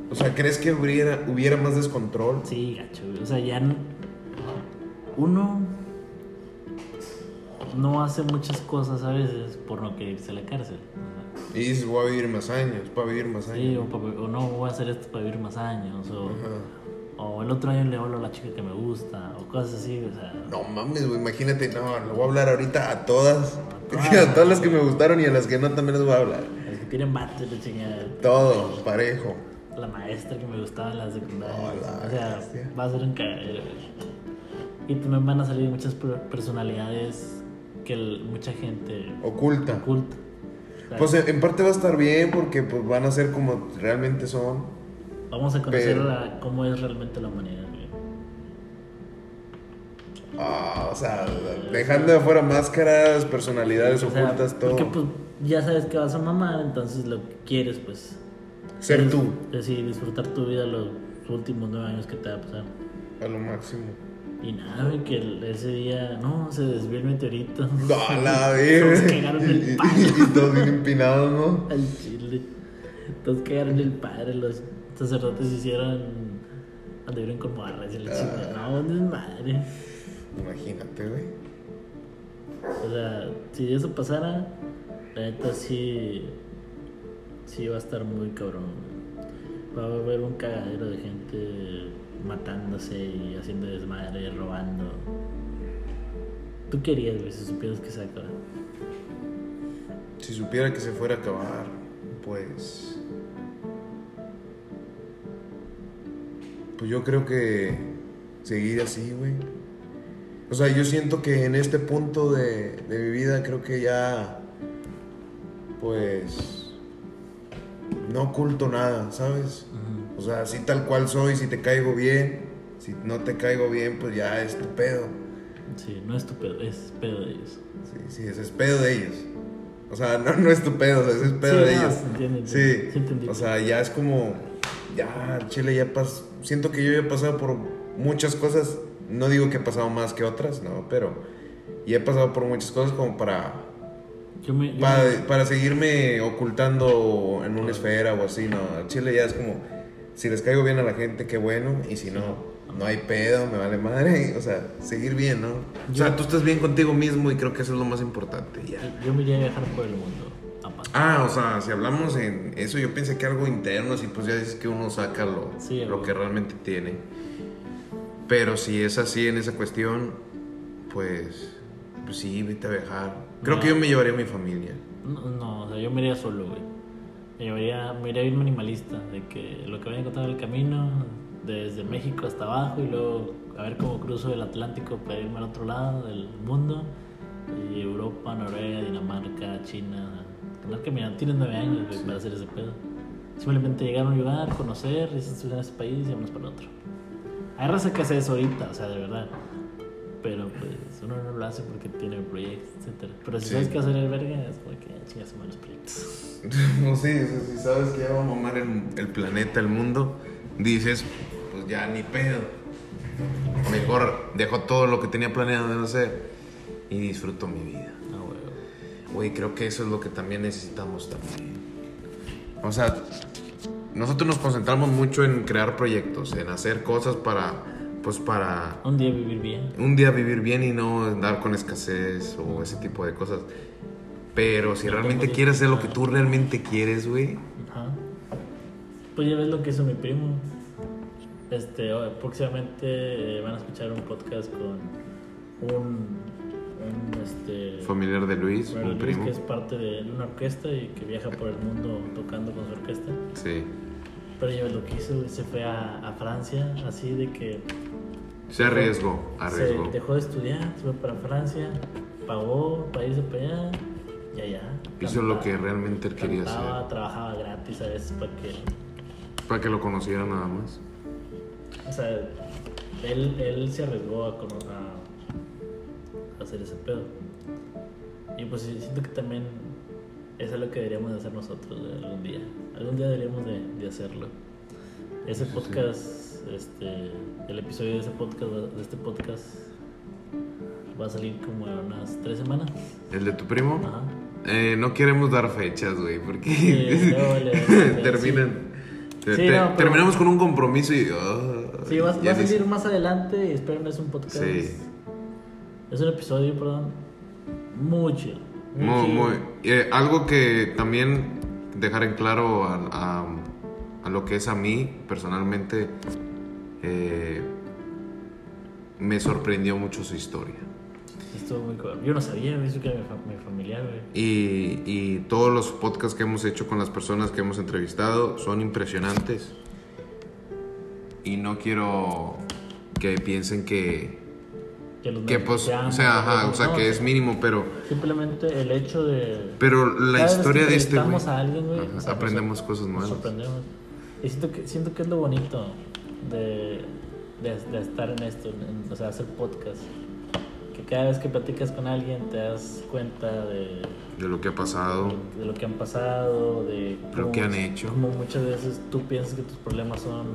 S4: O sea, ¿crees que hubiera, hubiera más descontrol?
S2: Sí, gacho, güey. O sea, ya. n- Uno. No hace muchas cosas a veces por no querer irse a la cárcel. O sea,
S4: Y dices, voy a vivir más años, voy a vivir más
S2: Sí, o,
S4: años.
S2: pa- o no, voy a hacer esto para vivir más años. O,
S4: Ajá.
S2: o el otro año le hablo a la chica que me gusta. O cosas así, o sea.
S4: No mames, güey, imagínate, no, le voy a hablar ahorita a todas.
S2: A
S4: A
S2: todas.
S4: todas, las que me gustaron y a las que no también les voy a hablar.
S2: Las que tienen bate, la chingada.
S4: Todo, parejo.
S2: La maestra que me gustaba en la secundaria.
S4: No, la
S2: o sea,
S4: bestia.
S2: va a ser un cagadero. güey. Y también van a salir muchas per- personalidades que el- mucha gente
S4: Oculta.
S2: oculta. O sea,
S4: Pues en en parte va a estar bien porque pues van a ser como realmente son.
S2: vamos a conocer
S4: pero-
S2: la- cómo es realmente la humanidad. güey.
S4: Ah, o sea, dejando de fuera máscaras, personalidades
S2: O sea,
S4: ocultas, todo.
S2: Porque pues ya sabes que vas a mamar, entonces lo que quieres, pues.
S4: Ser
S2: es-
S4: tú,
S2: es decir, disfrutar tu vida los últimos nueve años que te va a pasar.
S4: a lo máximo.
S2: Y nada, güey, que el- ese día, no, se desvió el meteorito.
S4: No, la
S2: Todos
S4: verga.
S2: cagaron el
S4: Y-
S2: palo.
S4: y- y todos bien empinados, ¿no?
S2: Al chile. Entonces quedaron el padre, los sacerdotes hicieron. anduvieron con barras
S4: Ah.
S2: y la chingada. No, no es madre.
S4: Imagínate, güey.
S2: O sea, si eso pasara, la neta sí. sí va a estar muy cabrón. Va a haber un cagadero de gente matándose y haciendo desmadre, robando. Tú querías, güey, si supieras que se acaba.
S4: Si supiera que se fuera a acabar, pues. Pues yo creo que seguir así, güey. O sea, yo siento que en este punto de, de mi vida creo que ya. Pues. No oculto nada, ¿sabes? O sea, así tal cual soy, si te caigo bien, si no te caigo bien, pues ya es tu pedo.
S2: Sí, no es tu pedo, es pedo de ellos.
S4: Sí, sí, ese es pedo de ellos. O sea, no, no es tu pedo, ese es pedo
S2: Sí,
S4: de
S2: no,
S4: ellos.
S2: se entiende,
S4: Sí,
S2: se entiende.
S4: o sea, ya es como, ya, Chile, ya pas, siento que yo ya he pasado por muchas cosas, no digo que he pasado más que otras, no, pero ya he pasado por muchas cosas como para,
S2: Yo me, yo me-
S4: para, para seguirme ocultando en una esfera o así, no, al Chile ya es como, si les caigo bien a la gente, qué bueno, y si no, no hay pedo, me vale madre, o sea, seguir bien, ¿no?
S1: O sea, tú estás bien contigo mismo y creo que eso es lo más importante. Ya.
S2: Yo me iría a viajar por el mundo. A paz.
S1: Ah, o sea, si hablamos en eso, yo pensé que algo interno, así pues ya dices que uno saca lo,
S2: Sí,
S1: lo
S2: algo.
S1: que realmente tiene. Pero si es así en esa cuestión, pues, pues sí, vete a viajar. Creo
S2: No.
S1: que yo me llevaría a mi familia.
S2: No, no, o sea, yo me iría solo, güey. Me llevaría, me iría bien minimalista, de que lo que voy a encontrar en el camino, desde México hasta abajo, y luego a ver cómo cruzo el Atlántico para irme al otro lado del mundo, y Europa, Noruega, Dinamarca, China. Tener que mirar, tienes nueve años güey, para hacer ese pedo. Simplemente llegar a un lugar, conocer, dices, "Tú eres de ese país y vámonos para el otro. Hay raza que hace eso ahorita, o sea, de verdad. Pero pues uno no lo hace porque tiene proyectos, etcétera. Pero si
S1: Sí.
S2: sabes qué hacer el verga, es como que "Ah, chingas malos proyectos.
S1: No sé, o sea, si sabes que ya va a mamar el, el planeta, el mundo, dices, pues ya ni pedo. Mejor dejo todo lo que tenía planeado de hacer y disfruto mi vida.
S2: No, güey.
S1: Güey, creo que eso es lo que también necesitamos también. O sea, nosotros nos concentramos mucho en crear proyectos, en hacer cosas para, pues para
S2: Un día vivir bien.
S1: un día vivir bien y no andar con escasez o ese tipo de cosas. Pero si realmente quieres hacer lo que tú realmente quieres, güey,
S2: Ajá. Pues ya ves lo que hizo mi primo. Este, o- próximamente eh, van a escuchar un podcast con un, un, este
S1: familiar de Luis,
S2: bueno,
S1: un
S2: Luis,
S1: primo.
S2: que es parte de una orquesta y que viaja por el mundo tocando con su orquesta.
S1: Sí.
S2: Pero ya ves lo que hizo, güey, se fue a, a Francia, así de que
S1: Se arriesgó, arriesgó.
S2: Se dejó de estudiar, se fue para Francia, pagó para irse para allá y allá.
S1: Hizo
S2: cantaba-
S1: lo que realmente él quería
S2: cantaba,
S1: hacer.
S2: trabajaba gratis a veces para que.
S1: Para que lo conociera nada más.
S2: O sea, él, él se arriesgó a, cono- a- a hacer ese pedo. Y pues sí, siento que también eso es lo que deberíamos de hacer nosotros güey, algún día. Algún día deberíamos de, de hacerlo. Ese podcast, este, el episodio de ese podcast, de este podcast va a salir como en unas tres semanas.
S1: ¿El de tu primo?
S2: Ajá.
S1: Eh, no queremos dar fechas, güey, porque
S2: Sí, luego le- le- le-
S1: terminan. te-
S2: Sí,
S1: te-
S2: no, pero-
S1: Terminamos con un compromiso y. ah,
S2: Sí, va, va
S1: ya
S2: a
S1: ni-
S2: salir más adelante y espero no es un podcast.
S1: Sí.
S2: Es un episodio, perdón. Mucho.
S1: Muy, muy- eh, algo que también dejar en claro a, a- a lo que es a mí personalmente, eh, me sorprendió mucho su historia.
S2: Estuvo muy cabrón. Yo no sabía, eso que era mi, fa- mi familiar, güey.
S1: Y, y todos los podcasts que hemos hecho con las personas que hemos entrevistado son impresionantes. Y no quiero que piensen que,
S2: Que, los
S1: que
S2: mexicanos,
S1: pues, o
S2: no,
S1: sea, ajá, o sea,
S2: no,
S1: que es mínimo, pero,
S2: Simplemente el hecho de.
S1: pero la
S2: Cada vez
S1: historia
S2: que
S1: de este güey,
S2: entrevistamos a alguien, güey,
S1: ajá,
S2: o sea,
S1: aprendemos cosas
S2: nos
S1: nuevas.
S2: sorprendemos. Y siento que, siento que es lo bonito de, de- de estar en esto, en- o sea, hacer podcast. Que cada vez que platicas con alguien te das cuenta de,
S1: De lo que ha pasado.
S2: de lo que han pasado, de
S1: Lo que han hecho.
S2: Como muchas veces tú piensas que tus problemas son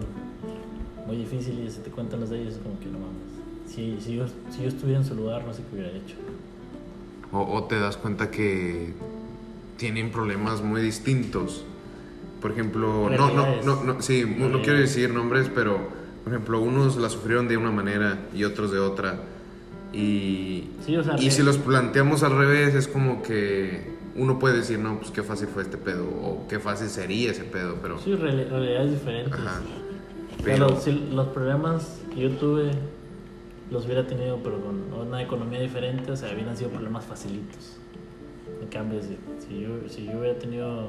S2: muy difíciles y si te cuentan los de ellos, es como que no mames. Si, si, yo, si yo estuviera en su lugar, no sé qué hubiera hecho.
S1: O, o te das cuenta que tienen problemas muy distintos. Por ejemplo, no, no,
S2: Realidades.
S1: no, no, sí, mu- no quiero decir nombres, pero por ejemplo, unos la sufrieron de una manera y otros de otra. Y,
S2: Sí, o sea,
S1: y
S2: re-
S1: si los planteamos al revés, es como que uno puede decir, no, pues qué fácil fue este pedo, o qué fácil sería ese pedo, pero.
S2: Sí, reali- realidades diferentes.
S1: Ajá.
S2: O sea,
S1: Pero-
S2: los, si los problemas que yo tuve los hubiera tenido, pero con una economía diferente, o sea, hubieran sido problemas facilitos. En cambio, si, si yo, si yo hubiera tenido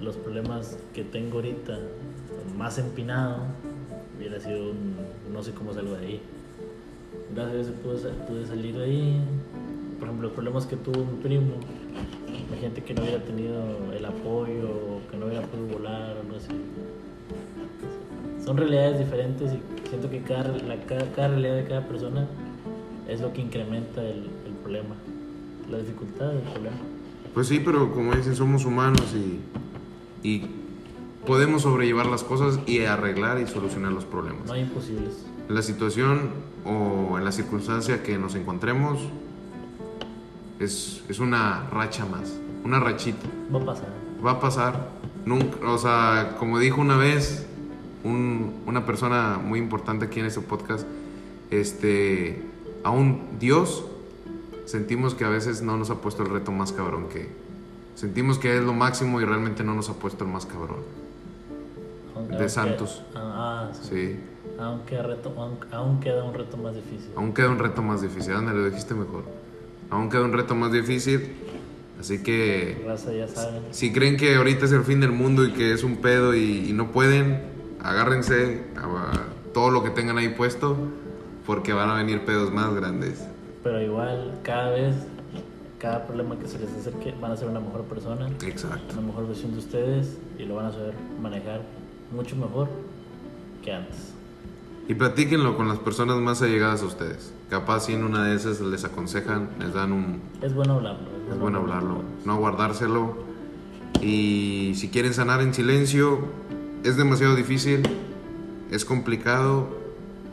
S2: los problemas que tengo ahorita más empinado, hubiera sido un- no sé cómo salgo de ahí. Gracias a Dios pude, sa- pude salir de ahí. Por ejemplo, los problemas que tuvo mi primo, la gente que no hubiera tenido el apoyo, o que no hubiera podido volar, o no sé. Son realidades diferentes y siento que cada, re- la- cada, cada realidad de cada persona es lo que incrementa el, el problema, la dificultad del problema.
S1: Pues sí, pero como dicen, somos humanos y, y podemos sobrellevar las cosas y arreglar y solucionar los problemas.
S2: No hay imposibles.
S1: la situación o en la circunstancia que nos encontremos es, es una racha más, una rachita.
S2: Va a pasar.
S1: Va a pasar, nunca, o sea, como dijo una vez un- una persona muy importante aquí en este podcast, este, aún Dios sentimos que a veces no nos ha puesto el reto más cabrón que... Sentimos que es lo máximo y realmente no nos ha puesto el más cabrón.
S2: Aunque-
S1: De
S2: aunque-
S1: Santos.
S2: Ah, ah, sí.
S1: Sí.
S2: Aún queda, reto, aún, aún queda un reto más difícil.
S1: Aún queda un reto más difícil, ándale, lo dijiste mejor. Aún queda un reto más difícil. Así que
S2: Raza, ya saben.
S1: si creen que ahorita es el fin del mundo y que es un pedo y, y no pueden, agárrense a, a todo lo que tengan ahí puesto porque van a venir pedos más grandes.
S2: Pero igual, cada vez, cada problema que se les acerque, van a ser una mejor persona,
S1: Exacto.
S2: una mejor versión de ustedes y lo van a saber manejar mucho mejor que antes.
S1: Y platíquenlo con las personas más allegadas a ustedes. Capaz si en una de esas les aconsejan, les dan un,
S2: Es bueno hablarlo.
S1: Es bueno hablarlo, no guardárselo. Y si quieren sanar en silencio, es demasiado difícil, es complicado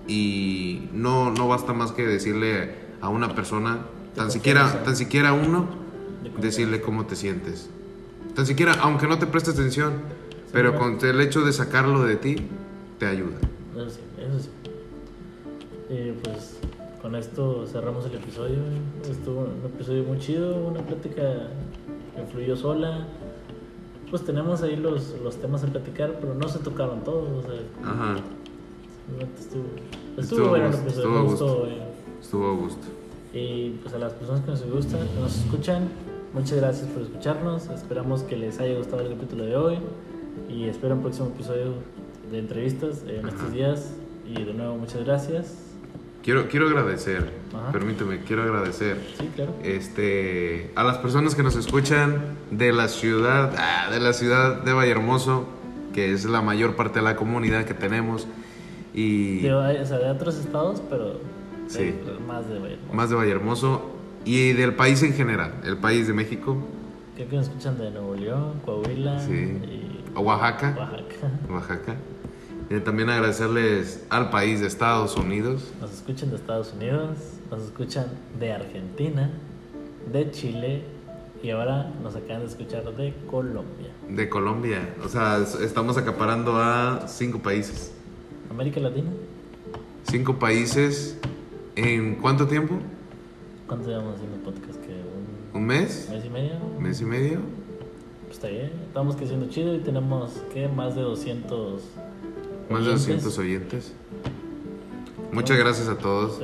S1: y no, no basta más que decirle a una persona, tan siquiera, tan siquiera a uno, decirle cómo te sientes. Tan siquiera, aunque no te prestes atención, pero con el hecho de sacarlo de ti, te ayuda.
S2: Eso sí, eso sí. Y pues con esto cerramos el episodio. güey. Estuvo un episodio muy chido, una plática que fluyó sola. Pues tenemos ahí los, los temas a platicar, pero no se tocaron todos. O sea,
S1: Ajá,
S2: realmente estuvo, estuvo,
S1: Estuvo a
S2: bueno el
S1: gusto,
S2: episodio.
S1: estuvo a
S2: me
S1: gusto.
S2: gustó, eh. güey.
S1: estuvo a gusto.
S2: Y pues a las personas que nos gustan, que nos escuchan, muchas gracias por escucharnos. Esperamos que les haya gustado el capítulo de hoy y espero un próximo episodio de entrevistas en estos días. Y de nuevo, muchas gracias.
S1: Quiero, quiero agradecer,
S2: Ajá.
S1: permíteme, quiero agradecer.
S2: Sí, claro.
S1: este, a las personas que nos escuchan de la ciudad, ah, de la ciudad de Vallehermoso, que es la mayor parte de la comunidad que tenemos, y
S2: De, o sea, de otros estados, pero de-
S1: Sí.
S2: más de Vallehermoso.
S1: más de Vallehermoso, y del país en general, el país de México,
S2: Creo que nos escuchan de Nuevo León, Coahuila
S1: Sí.
S2: y
S1: Oaxaca,
S2: Oaxaca.
S1: Oaxaca. Y también agradecerles al país de Estados Unidos,
S2: Nos escuchan de Estados Unidos, nos escuchan de Argentina, de Chile y ahora nos acaban de escuchar de Colombia.
S1: de Colombia, o sea, es- estamos acaparando a cinco países.
S2: América Latina,
S1: Cinco países en cuánto tiempo?
S2: ¿cuánto llevamos haciendo podcast? ¿Que un
S1: ¿Un mes?
S2: mes y medio?
S1: ¿Un mes y medio?
S2: pues está bien, estamos creciendo chido y tenemos, ¿qué? Más de 200...
S1: Más de
S2: oyentes.
S1: 200 oyentes. Muchas gracias a todos.